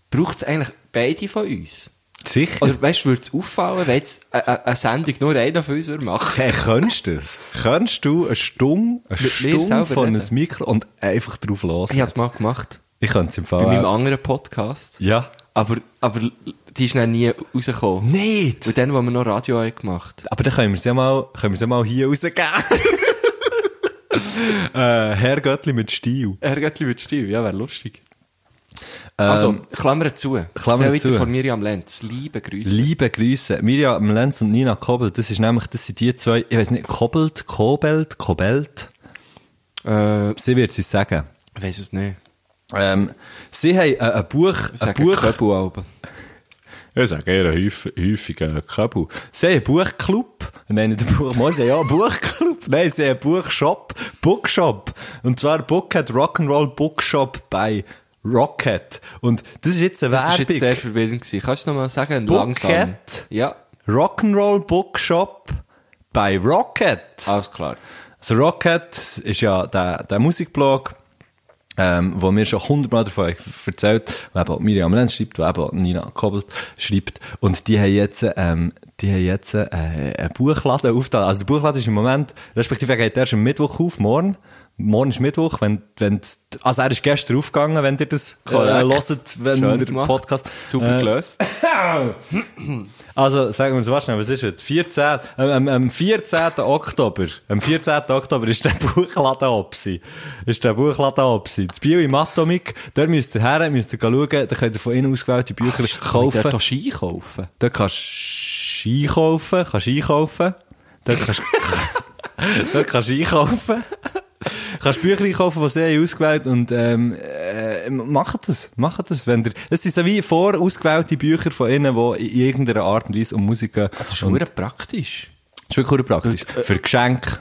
Speaker 5: braucht es eigentlich beide von uns?
Speaker 2: Sicher.
Speaker 5: Oder weißt du, würde es auffallen, wenn jetzt eine- eine eine Sendung nur einer von uns würde machen
Speaker 2: Hey, könntest du das? Könntest du eine Stunde, eine
Speaker 5: mir
Speaker 2: Stunde
Speaker 5: selber
Speaker 2: von einem
Speaker 5: reden?
Speaker 2: Mikro und einfach drauf los?
Speaker 5: Ich habe es mal gemacht.
Speaker 2: Ich könnte es im
Speaker 5: Bei
Speaker 2: Fall
Speaker 5: meinem
Speaker 2: auch.
Speaker 5: anderen Podcast.
Speaker 2: Ah, Ja.
Speaker 5: Aber, aber die ist dann nie rausgekommen.
Speaker 2: Nicht!
Speaker 5: Und dann, wo wir noch Radio haben gemacht
Speaker 2: Aber dann können wir es ja mal, können wir es ja mal hier rausgeben. äh, Herr Göttli mit Stil.
Speaker 5: Herr Göttli wird still, ja, wäre lustig. Also, Klammer zu.
Speaker 2: Klammer
Speaker 5: Erzähl weiter
Speaker 2: zu.
Speaker 5: von Miriam Lenz. Liebe Grüße.
Speaker 2: Liebe Grüße. Miriam Lenz und Nina Kobelt, das ist nämlich, das sind die zwei, ich weiß nicht, Kobelt, Kobelt, Kobelt.
Speaker 5: äh,
Speaker 2: Sie wird es uns sagen.
Speaker 5: ich weiss es nicht.
Speaker 2: Ähm, sie haben äh, ein Buch,
Speaker 5: Ich
Speaker 2: ein
Speaker 5: sage
Speaker 2: Buch,
Speaker 5: Köbel-Alben.
Speaker 2: ich sage eher häufig, häufig äh, Kabel. Sie haben einen Buchclub, nein, nicht einen Buchmann, sie haben ja einen Buchclub, nein, sie haben einen Buchshop, Bookshop. Und zwar Bookhead Rock'n'Roll Bookshop bei Rocket. Und das ist jetzt eine
Speaker 5: Das war
Speaker 2: Werbung.
Speaker 5: jetzt sehr verwirrend. Gewesen. Kannst du nochmal sagen?
Speaker 2: Bucket.
Speaker 5: Langsam. Ja,
Speaker 2: Rock'n'Roll Bookshop bei Rocket.
Speaker 5: alles klar.
Speaker 2: Also Rocket ist ja der, der Musikblog, ähm, wo mir schon hundertmal davon erzählt, wo eben auch Miriam Lenz schreibt, wo eben auch Nina Kobelt schreibt. Und die haben jetzt, ähm, die haben jetzt äh, einen Buchladen aufgetan. Also der Buchladen ist im Moment, respektive er geht erst am Mittwoch auf, morgen. Morgen ist Mittwoch, wenn, wenn, also er ist gestern aufgegangen, wenn ihr das äh,
Speaker 5: Korrekt.
Speaker 2: hört, wenn
Speaker 5: Schön
Speaker 2: der
Speaker 5: gemacht.
Speaker 2: Podcast...
Speaker 5: Super
Speaker 2: äh,
Speaker 5: gelöst.
Speaker 2: also, sagen wir es mal schnell, was ist heute? 14, ähm, ähm, am 14. Oktober, am 14. Oktober ist der Buchladen Opsi. Ist der Buchladen Opsi. Das Bio im Atomic, dort müsst ihr her, müsst ihr schauen, da könnt ihr von innen ausgewählte Bücher kaufen.
Speaker 5: Dort auch Ski kaufen.
Speaker 2: Dort kannst du Ski kaufen, kannst einkaufen. Dort kannst, dort kannst du einkaufen. Kannst Bücher einkaufen, die sie haben ausgewählt und ähm, äh, macht das, macht das, wenn ihr, es sind so wie vorausgewählte Bücher von ihnen, die in irgendeiner Art und Weise um Musik gehen.
Speaker 5: Das ist
Speaker 2: Und
Speaker 5: hure praktisch.
Speaker 2: das ist wirklich praktisch.
Speaker 5: Gut, äh,
Speaker 2: Für Geschenke.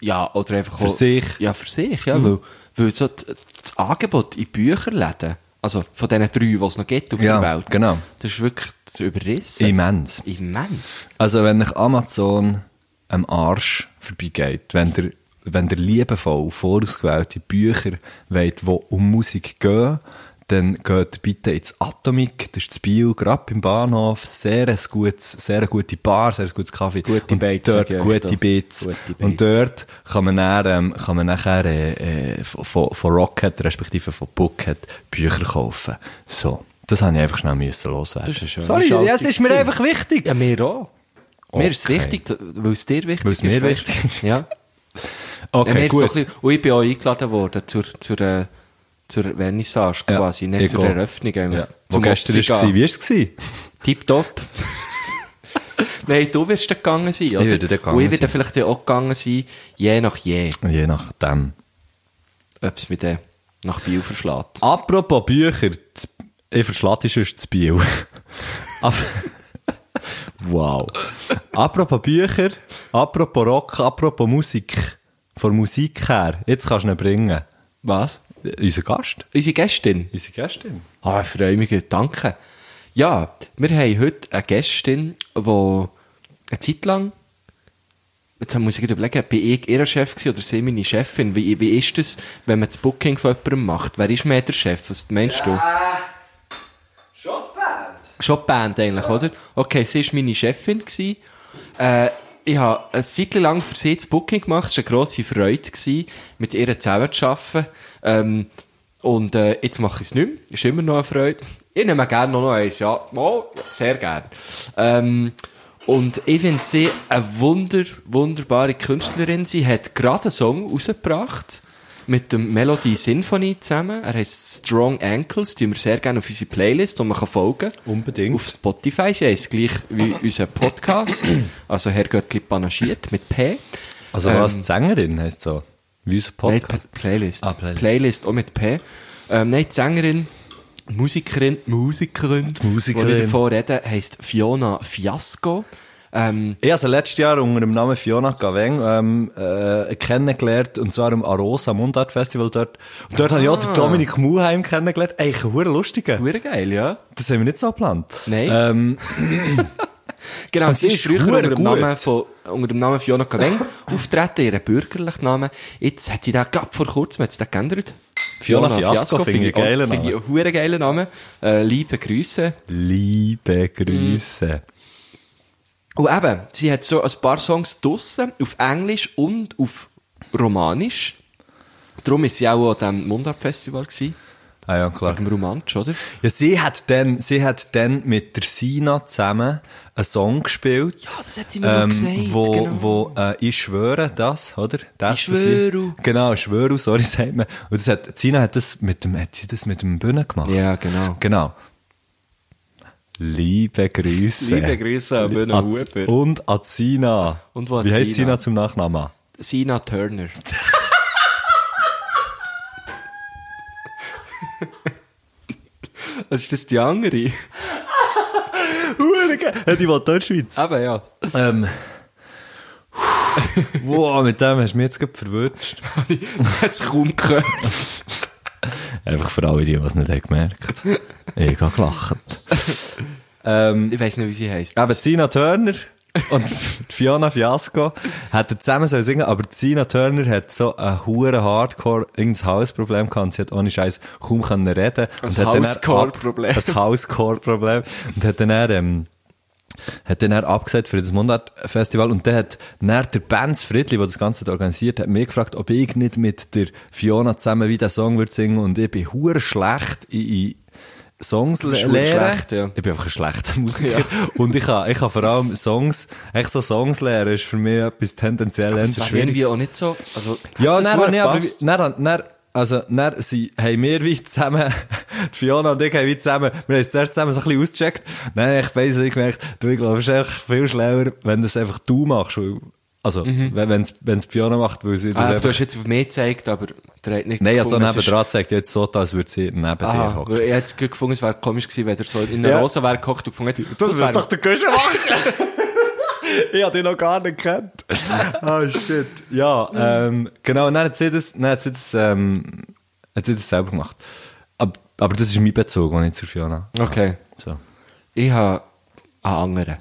Speaker 5: Ja, oder einfach
Speaker 2: Für sich. Mhm.
Speaker 5: Ja, für sich, ja. Weil, weil so d- das Angebot in Bücherläden, also von diesen drei, die es noch gibt auf
Speaker 2: Ja,
Speaker 5: der Welt,
Speaker 2: genau.
Speaker 5: das ist wirklich Produkt überrissen.
Speaker 2: Immens.
Speaker 5: Immens.
Speaker 2: Also, wenn euch Amazon am Arsch vorbeigeht, wenn der wenn ihr liebevoll vorausgewählte Bücher wollt, die um Musik gehen, dann geht bitte ins Atomic, das ist das Bio, gerade im Bahnhof, sehr ein gutes, sehr eine gute Bar, sehr ein gutes Kaffee.
Speaker 5: Gute
Speaker 2: und
Speaker 5: Beiz,
Speaker 2: dort,
Speaker 5: sag ich euch
Speaker 2: gute
Speaker 5: da.
Speaker 2: Beats.
Speaker 5: Gute Beiz.
Speaker 2: Und dort kann man, dann, ähm, kann man nachher äh, äh, von, von Rocket, respektive von Bookhead, Bücher kaufen. So. Das habe ich einfach schnell müssen loswerden.
Speaker 5: Das ist eine schöne
Speaker 2: Sorry, ja, es
Speaker 5: Schaltung
Speaker 2: ist mir
Speaker 5: gewesen.
Speaker 2: einfach wichtig.
Speaker 5: Ja, mir auch. Mir ist es
Speaker 2: Okay.
Speaker 5: wichtig, weil es dir wichtig
Speaker 2: Weil es mir
Speaker 5: ist. weißt
Speaker 2: wichtig
Speaker 5: du?
Speaker 2: ist.
Speaker 5: Ja. Ja,
Speaker 2: Okay,
Speaker 5: mir ist so
Speaker 2: gut.
Speaker 5: ein bisschen- und ich bin auch eingeladen worden zur, zur, äh, zur Vernissage
Speaker 2: Ja,
Speaker 5: quasi, nicht
Speaker 2: ich
Speaker 5: zur
Speaker 2: auch.
Speaker 5: Eröffnung eigentlich.
Speaker 2: Ja. Wo gestern ist war, wie ist es? gewesen?
Speaker 5: Tipptopp. Nein, du wirst dann gegangen sein, oder?
Speaker 2: werde dann gegangen
Speaker 5: Und ich werde
Speaker 2: sein.
Speaker 5: vielleicht dann auch gegangen sein, je nach je,
Speaker 2: Je nachdem.
Speaker 5: ob es mich dann nach Biel verschlägt.
Speaker 2: Apropos Bücher, das- ich verschlage sonst das Biel. Ap- wow. Apropos Bücher, apropos Rock, apropos Musik. Von Musik her, jetzt kannst du ihn bringen.
Speaker 5: Was?
Speaker 2: Äh, Unser Gast,
Speaker 5: Unsere Gästin.
Speaker 2: unsere Gästin.
Speaker 5: Ah, ich freue mich, danke. Ja, wir haben heute eine Gästin, die eine Zeit lang, jetzt muss ich gerade überlegen, bin ich ihr Chef gewesen oder sie meine Chefin? Wie, wie ist das, wenn man das Booking von jemandem macht? Wer ist mehr der Chef? Was meinst du? Schon die Band eigentlich, oder? Okay, sie war meine Chefin. Gewesen. Äh, ich habe eine Zeit lang für sie das Booking gemacht. Es war eine grosse Freude, gewesen, mit ihr zusammen zu arbeiten. Ähm, und äh, jetzt mache ich es nicht mehr. Ist immer noch eine Freude. Ich nehme gerne noch eins, ja. Oh, sehr gerne. Ähm, und ich finde sie eine wunder, wunderbare Künstlerin. Sie hat gerade einen Song rausgebracht mit dem Melody Symphony zusammen. Er heißt Strong Ankles. Die wir sehr gerne auf unsere Playlist, die man kann folgen kann.
Speaker 2: Unbedingt.
Speaker 5: Auf Spotify. Sie heisst gleich wie unser Podcast. Also Herr Göttli panaschiert mit P.
Speaker 2: Also
Speaker 5: Ähm,
Speaker 2: was, die Sängerin heisst so? Wie unser
Speaker 5: Nein,
Speaker 2: Podcast.
Speaker 5: P- Playlist.
Speaker 2: Ah, Playlist.
Speaker 5: Playlist. auch mit P. Ähm, nein, die Sängerin, Musikerin, Musikerin, die
Speaker 2: Musikerin.
Speaker 5: ich davon rede, heisst Fiona Fiasco. Ähm,
Speaker 2: Ich habe sie letztes Jahr unter dem Namen Fiona Gaveng ähm, äh, kennengelernt, und zwar am Arosa Mundart Festival dort. Und dort habe ich auch
Speaker 5: Ah.
Speaker 2: den Dominik Muheim kennengelernt. Eigentlich ein verdammt lustiger.
Speaker 5: hure geil, ja?
Speaker 2: Das haben wir nicht so geplant.
Speaker 5: Nein.
Speaker 2: Ähm,
Speaker 5: Genau, sie
Speaker 2: sie
Speaker 5: ist
Speaker 2: ist
Speaker 5: früher
Speaker 2: hure
Speaker 5: unter dem,
Speaker 2: gut.
Speaker 5: Namen von, unter dem Namen Fiona Caveng auftreten, ihren bürgerlichen Namen. Jetzt hat sie den, gerade vor kurzem, hat sie den geändert.
Speaker 2: Fiona Fiasco, finde ich einen geilen
Speaker 5: Finde ich einen hure geilen Namen. Äh, liebe Grüße.
Speaker 2: liebe Grüße.
Speaker 5: Mhm. Und eben, sie hat so ein paar Songs draussen, auf Englisch und auf Romanisch. Darum war sie auch an diesem Mundart-Festival, gewesen,
Speaker 2: Ah ja, klar.
Speaker 5: wegen Romansch, oder?
Speaker 2: Ja, sie hat dann, sie hat dann mit der Sina zusammen einen Song gespielt. Ja,
Speaker 5: das hat sie mir mal gesagt,
Speaker 2: Wo,
Speaker 5: genau.
Speaker 2: wo äh, ich schwöre das, oder? Das,
Speaker 5: Ich
Speaker 2: das
Speaker 5: schwöre.
Speaker 2: Lied. Genau, ich schwöre, sorry, sagt man. Und das hat, Sina hat das mit dem, hat sie das mit dem Bühne gemacht.
Speaker 5: Ja, genau.
Speaker 2: Genau. Liebe Grüße.
Speaker 5: Liebe Grüße an Bühne
Speaker 2: An-
Speaker 5: Huber.
Speaker 2: Und an Sina.
Speaker 5: Und wo hat
Speaker 2: Wie heißt
Speaker 5: Sina?
Speaker 2: Sina zum Nachnamen?
Speaker 5: Sina Turner. Was ist das die andere? Eben,
Speaker 2: Ja, äh, die wohnt auch in der Schweiz.
Speaker 5: ja.
Speaker 2: Ähm. wow, mit dem hast du mich jetzt gerade verwirrt.
Speaker 5: Hat's kaum gehört.
Speaker 2: Einfach für alle, die die es nicht haben gemerkt haben. Ich habe gelacht. ähm,
Speaker 5: Ich weiss nicht, wie sie heisst.
Speaker 2: eben Sina Turner und Fiona Fiasco hätten zusammen sollen singen aber Sina Turner hat so ein hure Hardcore, irgendein Hausproblem gehabt und sie hat ohne Scheiß kaum können reden. und
Speaker 5: Ein
Speaker 2: hat dann eher
Speaker 5: Hauscore-Problem.
Speaker 2: ab- Ein Hauscore-Problem. Und hat dann eher, ähm, hat dann er abgesagt für das Mundart-Festival und dann hat dann der Benz Friedli, der das Ganze organisiert hat, mich gefragt, ob ich nicht mit der Fiona zusammen wie den Song würde singen und ich bin hure schlecht in, in Songs
Speaker 5: bist
Speaker 2: le-
Speaker 5: hure
Speaker 2: lehren.
Speaker 5: schlecht, ja.
Speaker 2: Ich bin einfach ein schlechter Musiker und ich kann, ich kann vor allem Songs, echt so Songs lehren, ist für mich etwas tendenziell eher
Speaker 5: das war irgendwie
Speaker 2: schwierig.
Speaker 5: auch nicht so. Also,
Speaker 2: Ja,
Speaker 5: hat das
Speaker 2: dann
Speaker 5: verdammt
Speaker 2: habe ich aber,
Speaker 5: gepasst?
Speaker 2: dann, dann, also, dann sie, haben wir wie zusammen, die Fiona und ich haben wie zusammen, wir haben es zuerst zusammen so ein bisschen ausgecheckt, dann habe ich besser gemerkt, du, ich glaube, es ist echt viel schlauer, wenn das einfach du machst, weil, also, wenn wenn es, wenn es Fiona macht, weil sie das
Speaker 5: Mhm. Ah, aber du
Speaker 2: einfach,
Speaker 5: hast jetzt auf mich gezeigt, aber der hat nicht
Speaker 2: nein, also
Speaker 5: gefunden, es ist-
Speaker 2: nebendran zeigt jetzt so, als würde sie neben dir
Speaker 5: Ah,
Speaker 2: hocken.
Speaker 5: ich hätte es gut gefunden, es wäre komisch gewesen, wenn er so in einer
Speaker 2: Ja.
Speaker 5: Rose wäre gehockt und gefunden hätte.
Speaker 2: Das
Speaker 5: wäre-
Speaker 2: ist doch der Küche machen. ich hab dich noch gar nicht gekannt. Ah, shit. Ja, ähm, genau. Und dann hat sie das, dann hat sie das, ähm, hat sie das selber gemacht. Aber, aber das ist mein Bezug, den ich zu Fiona.
Speaker 5: Okay.
Speaker 2: So.
Speaker 5: Ich habe einen anderen.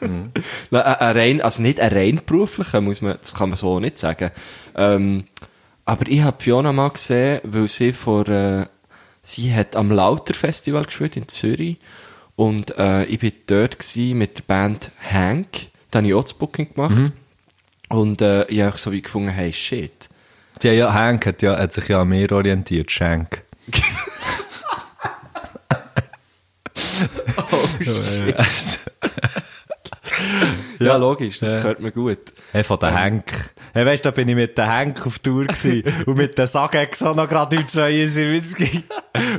Speaker 5: Mhm. Nein, ein- ein rein, also nicht ein rein beruflicher, muss man, das kann man so nicht sagen. Ähm, aber ich habe Fiona mal gesehen, weil sie vor, äh, sie hat am Lauter Festival gespielt in Zürich und äh, ich bin dort gsi mit der Band Hank, da habe ich auch das Booking gemacht und äh, ich habe so wie gefunden, hey shit,
Speaker 2: Die haben ja, Hank hat, ja, hat sich ja an mir orientiert, Schenk.
Speaker 5: oh shit. ja logisch, das gehört mir gut.
Speaker 2: Hey, von der Henk. Hey, weißt du, da bin ich mit der Henk auf Tour gsi und mit der Sagex auch noch gerade im 72.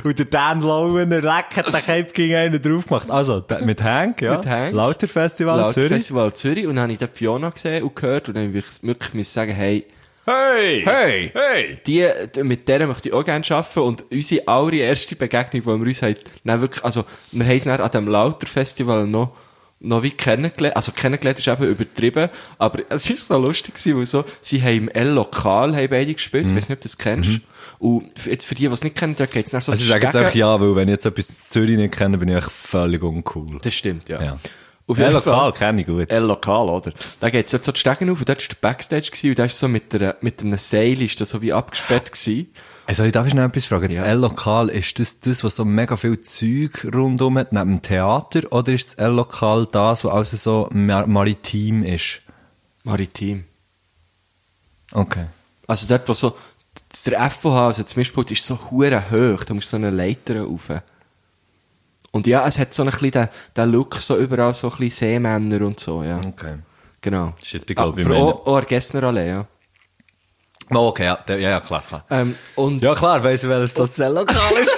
Speaker 2: und der Dan Lauener, leck, hat der Cape ging einen drauf gemacht. Also, da- mit Henk, ja.
Speaker 5: Mit Henk.
Speaker 2: Lauter Festival
Speaker 5: Laut
Speaker 2: Zürich.
Speaker 5: Festival Zürich und dann habe ich dort Fiona gesehen und gehört und dann habe ich wirklich müssen sagen, hey,
Speaker 2: Hey! Hey! Hey!
Speaker 5: die, d- mit denen möchte ich auch gerne arbeiten und unsere allererste Begegnung, wo wir uns halt, dann wirklich, also, wir haben es dann an dem Lauter-Festival noch, noch wie kennengelernt, also kennengelernt ist eben übertrieben, aber es ist so lustig gewesen, weil so, sie haben im L-Lokal haben beide
Speaker 2: Mhm.
Speaker 5: gespielt, ich weiß nicht, ob du das kennst, und f- jetzt für die, die es nicht kennen, da geht es dann so
Speaker 2: Also, ich sage jetzt
Speaker 5: Stegen-
Speaker 2: auch ja, weil wenn ich jetzt etwas in Zürich nicht kenne, bin ich echt völlig uncool.
Speaker 5: Das stimmt, ja.
Speaker 2: Ja.
Speaker 5: Auf
Speaker 2: Ja,
Speaker 5: jeden
Speaker 2: lokal
Speaker 5: Fall-
Speaker 2: kenne ich gut.
Speaker 5: El Lokal, oder? Da geht's jetzt so die Stegen auf und dort war der Backstage gewesen, und da ist so mit, der, mit einem Seil ist das so wie abgesperrt gewesen.
Speaker 2: Also, ich darf ich noch etwas fragen? Das
Speaker 5: Ja.
Speaker 2: L-Lokal, ist das das, was so mega viel Zeug rundum hat, neben dem Theater? Oder ist das L-Lokal das, was also so mar maritim ist?
Speaker 5: Maritim.
Speaker 2: Okay.
Speaker 5: Also dort, wo so, das- der FOH, also zum Mischpult, ist so hure hoch, da musst du so eine Leiter rauf. Und ja, es hat so ein bisschen den, den Look, so überall so ein bisschen Seemänner und so, ja.
Speaker 2: Okay.
Speaker 5: Genau.
Speaker 2: Mhm. Shit, ich glaub, ich
Speaker 5: Aber
Speaker 2: meine-
Speaker 5: auch, auch an der Gessner Allee, ja.
Speaker 2: Oh, okay, ja, ja, ja, klar, klar.
Speaker 5: Ähm, und
Speaker 2: Ja, klar, weiss ich, welches das L-Lokal ist.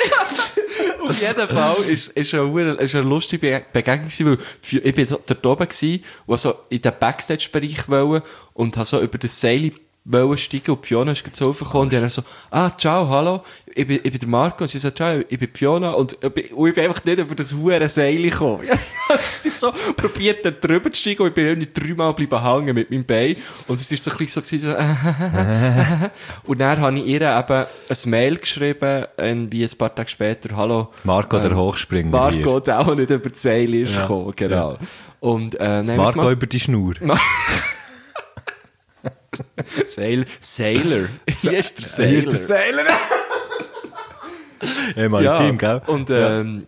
Speaker 5: Auf jeden Fall ist, ist, eine, hure- ist eine lustige Bege- Begegnung gewesen, weil für, ich bin dort- dort oben gewesen, wo so in den Backstage-Bereich wollte und habe so über das Seil wollen steigen und die Fiona ist gerade so raufgekommen und ich habe so, ah, ciao, hallo, ich bin, ich bin der Marco und sie sagt, ciao, ich bin die Fiona und ich bin, und ich bin einfach nicht über das hure Seil gekommen. sie hat so probiert, dort drüber zu steigen und ich bin irgendwie dreimal bleiben hängen mit meinem Bein und es ist so ein bisschen so gewesen, so, und dann habe ich ihr eben ein Mail geschrieben, irgendwie ein paar Tage später, hallo. ähm,
Speaker 2: Ähm, Marco, der Hochspringer
Speaker 5: Marco, der auch nicht über die Seile ist gekommen, genau. Und, äh, nehmen wir's
Speaker 2: Marco über die Schnur.
Speaker 5: mal- Sail Sailor. Hier ist der Sailor.
Speaker 2: Hier ist der Sailor. hey, maritim, gell?
Speaker 5: Und, ähm,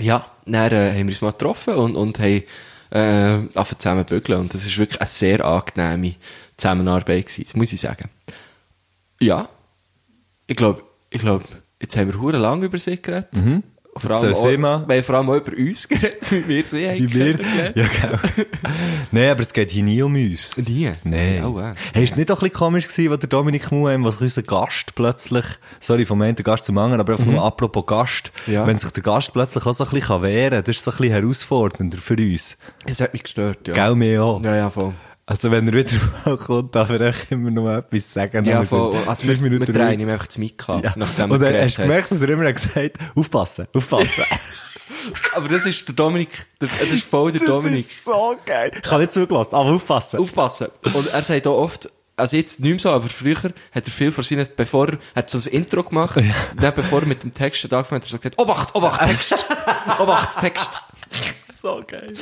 Speaker 5: ja, dann äh, haben wir uns mal getroffen und, und haben, äh, angefangen zusammen zu bügeln. Und das ist wirklich eine sehr angenehme Zusammenarbeit gewesen, das muss ich sagen. Ja. Ich glaube, ich glaube, jetzt haben wir hure lang über sie geredet. Vor allem,
Speaker 2: Jetzt soll Mhm. sie
Speaker 5: auch,
Speaker 2: mal.
Speaker 5: wir haben vor allem auch über uns geredet, wie wir sie haben
Speaker 2: Wie wir.
Speaker 5: kennengelernt.
Speaker 2: Ja, gell. Nein, aber es geht hier nie um uns.
Speaker 5: Nie?
Speaker 2: Nein.
Speaker 5: Oh, wow.
Speaker 2: hey, ist es nicht auch ein bisschen komisch gewesen, wo der Dominik Muheim, was unser Gast plötzlich, sorry, vom einen Gast zum anderen, aber einfach nur apropos Gast,
Speaker 5: Ja.
Speaker 2: wenn sich der Gast plötzlich auch so ein bisschen kann wehren kann, das ist so ein bisschen herausfordernder für uns.
Speaker 5: Es hat mich gestört, ja.
Speaker 2: Gell, mir auch.
Speaker 5: Ja, ja, voll.
Speaker 2: Also wenn er wieder mal kommt, darf er echt immer noch etwas sagen.
Speaker 5: Ja,
Speaker 2: Dann
Speaker 5: voll.
Speaker 2: sind
Speaker 5: Also,
Speaker 2: fünf
Speaker 5: wir, wir
Speaker 2: Minuten
Speaker 5: drehen
Speaker 2: ruhig.
Speaker 5: ihm einfach das Mic an,
Speaker 2: ja.
Speaker 5: nachdem
Speaker 2: Und
Speaker 5: wir
Speaker 2: dann hast
Speaker 5: geredet
Speaker 2: du
Speaker 5: haben.
Speaker 2: gemerkt, dass er immer gesagt hat, aufpassen, aufpassen.
Speaker 5: Aber das ist der Dominik, der, das ist voll der Dominik.
Speaker 2: ist so geil. Ich habe nicht zugelassen, aber aufpassen.
Speaker 5: Aufpassen. Und er sagt auch oft, also jetzt nicht mehr so, aber früher hat er viel von seinen, bevor er hat so ein Intro gemacht, dann bevor er mit dem Text hat angefangen hat, hat er so gesagt, oh, Obacht, Obacht, Text, Obacht, Text.
Speaker 2: So geil.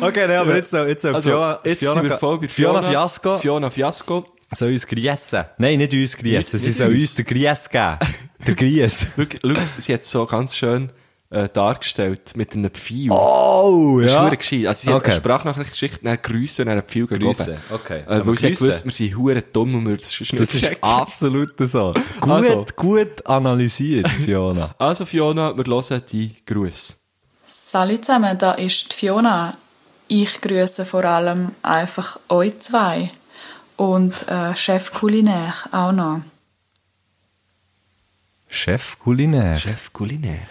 Speaker 2: Okay, nee, aber jetzt, soll- jetzt soll
Speaker 5: Also,
Speaker 2: Fiona,
Speaker 5: jetzt
Speaker 2: Fiona,
Speaker 5: sind wir voll bei
Speaker 2: Fiona Fiasco
Speaker 5: Fiona Fiasco.
Speaker 2: soll uns griessen. Nein, nicht uns griessen,
Speaker 5: Nicht-
Speaker 2: sie
Speaker 5: nicht
Speaker 2: soll
Speaker 5: uns.
Speaker 2: uns den Gries geben. Der Gries.
Speaker 5: Wirklich, schau, sie hat so ganz schön äh, dargestellt mit einem Pfeil.
Speaker 2: Oh,
Speaker 5: Das ist
Speaker 2: ja.
Speaker 5: hure gescheit. Also sie hat
Speaker 2: Okay.
Speaker 5: eine Sprachnachricht geschickt, dann Grüße und dann Pfeil
Speaker 2: Grüße,
Speaker 5: gegeben.
Speaker 2: okay.
Speaker 5: Äh,
Speaker 2: Aber
Speaker 5: weil sie hat
Speaker 2: Grüße?
Speaker 5: gewusst, wir sind hure dumm und wir das ist
Speaker 2: Das ist absolut so. Gut,
Speaker 5: Also.
Speaker 2: gut analysiert, Fiona.
Speaker 5: Also Fiona, wir hören die Grüße.
Speaker 1: Salut zusammen, da ist die Fiona. Ich grüße vor allem einfach euch zwei und äh, Chef Kulinär auch noch.
Speaker 2: Chef Kulinär.
Speaker 5: Chef Kulinär.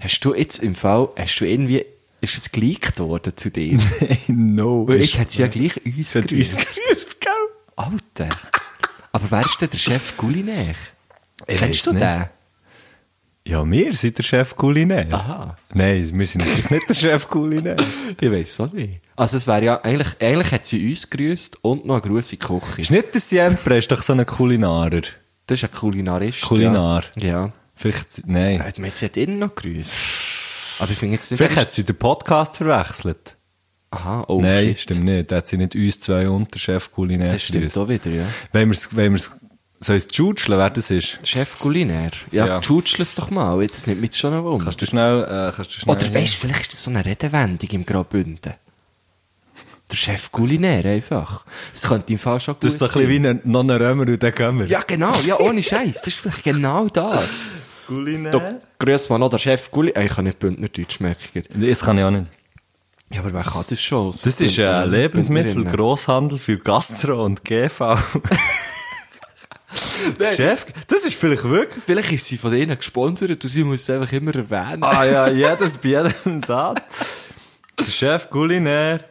Speaker 5: Hast du jetzt im Fall, hast du irgendwie, ist es geleakt worden zu dir?
Speaker 2: no.
Speaker 5: Weil jetzt hat sie ja gleich uns
Speaker 2: hat uns
Speaker 5: grüßt.
Speaker 2: grüßt, gell?
Speaker 5: Alter. Aber wer ist denn der Chef Kulinär?
Speaker 2: Ich weiss
Speaker 5: Kennst du
Speaker 2: nicht.
Speaker 5: den?
Speaker 2: Ja, wir sind der Chef Kulinär.
Speaker 5: Aha.
Speaker 2: Nein, wir sind natürlich nicht der Chef Kulinär.
Speaker 5: Ich weiß auch nicht. Also es wäre ja, eigentlich, eigentlich hat sie uns grüßt und noch eine Grüße in die
Speaker 2: Ist
Speaker 5: Küche.
Speaker 2: nicht der Siempre, ist doch so ein Kulinarer.
Speaker 5: Das ist ein Kulinarist.
Speaker 2: Kulinar.
Speaker 5: Ja.
Speaker 2: Vielleicht,
Speaker 5: ja.
Speaker 2: nein.
Speaker 5: Hat man sie hat ihn noch grüßt? Aber ich finde jetzt nicht...
Speaker 2: Vielleicht hat sie den Podcast verwechselt.
Speaker 5: Aha, oh
Speaker 2: Nein,
Speaker 5: shit.
Speaker 2: stimmt nicht. Hat sie nicht uns zwei und den Chef Culinär
Speaker 5: Das stimmt
Speaker 2: gewusst.
Speaker 5: auch wieder, ja.
Speaker 2: Wenn wir es, wenn wir es, soll ich es tschutscheln, wer das ist?
Speaker 5: Chef Culinär. Ja,
Speaker 2: Ja.
Speaker 5: ja. es doch mal. Jetzt nimmt mich das schon noch um.
Speaker 2: Kannst du schnell, äh, kannst du schnell.
Speaker 5: Oder weißt du, vielleicht ist das so eine Redewendung im Graubünden. Der Chef Culinär einfach. Das könnte im Fall schon gut
Speaker 2: Das ist so ein bisschen wie ein Non-Römer und dann gehen wir.
Speaker 5: Ja, genau. Ja, ohne Scheiß. Das ist vielleicht genau das. Culinär. Grüß mal noch der Chef Culinär. Ich kann nicht Bündnerdeutsch merken.
Speaker 2: Das kann ich auch nicht.
Speaker 5: Ja, aber wer kann das schon? aus
Speaker 2: Das ist äh,
Speaker 5: Bündner-
Speaker 2: ein
Speaker 5: Bündnerinnen?
Speaker 2: Lebensmittelgroßhandel für Gastro und GV. Chef, das ist vielleicht wirklich.
Speaker 5: Vielleicht ist sie von denen gesponsert und sie muss es einfach immer erwähnen.
Speaker 2: Ah ja, jedes bei jedem Satz. Der Chef Culinär.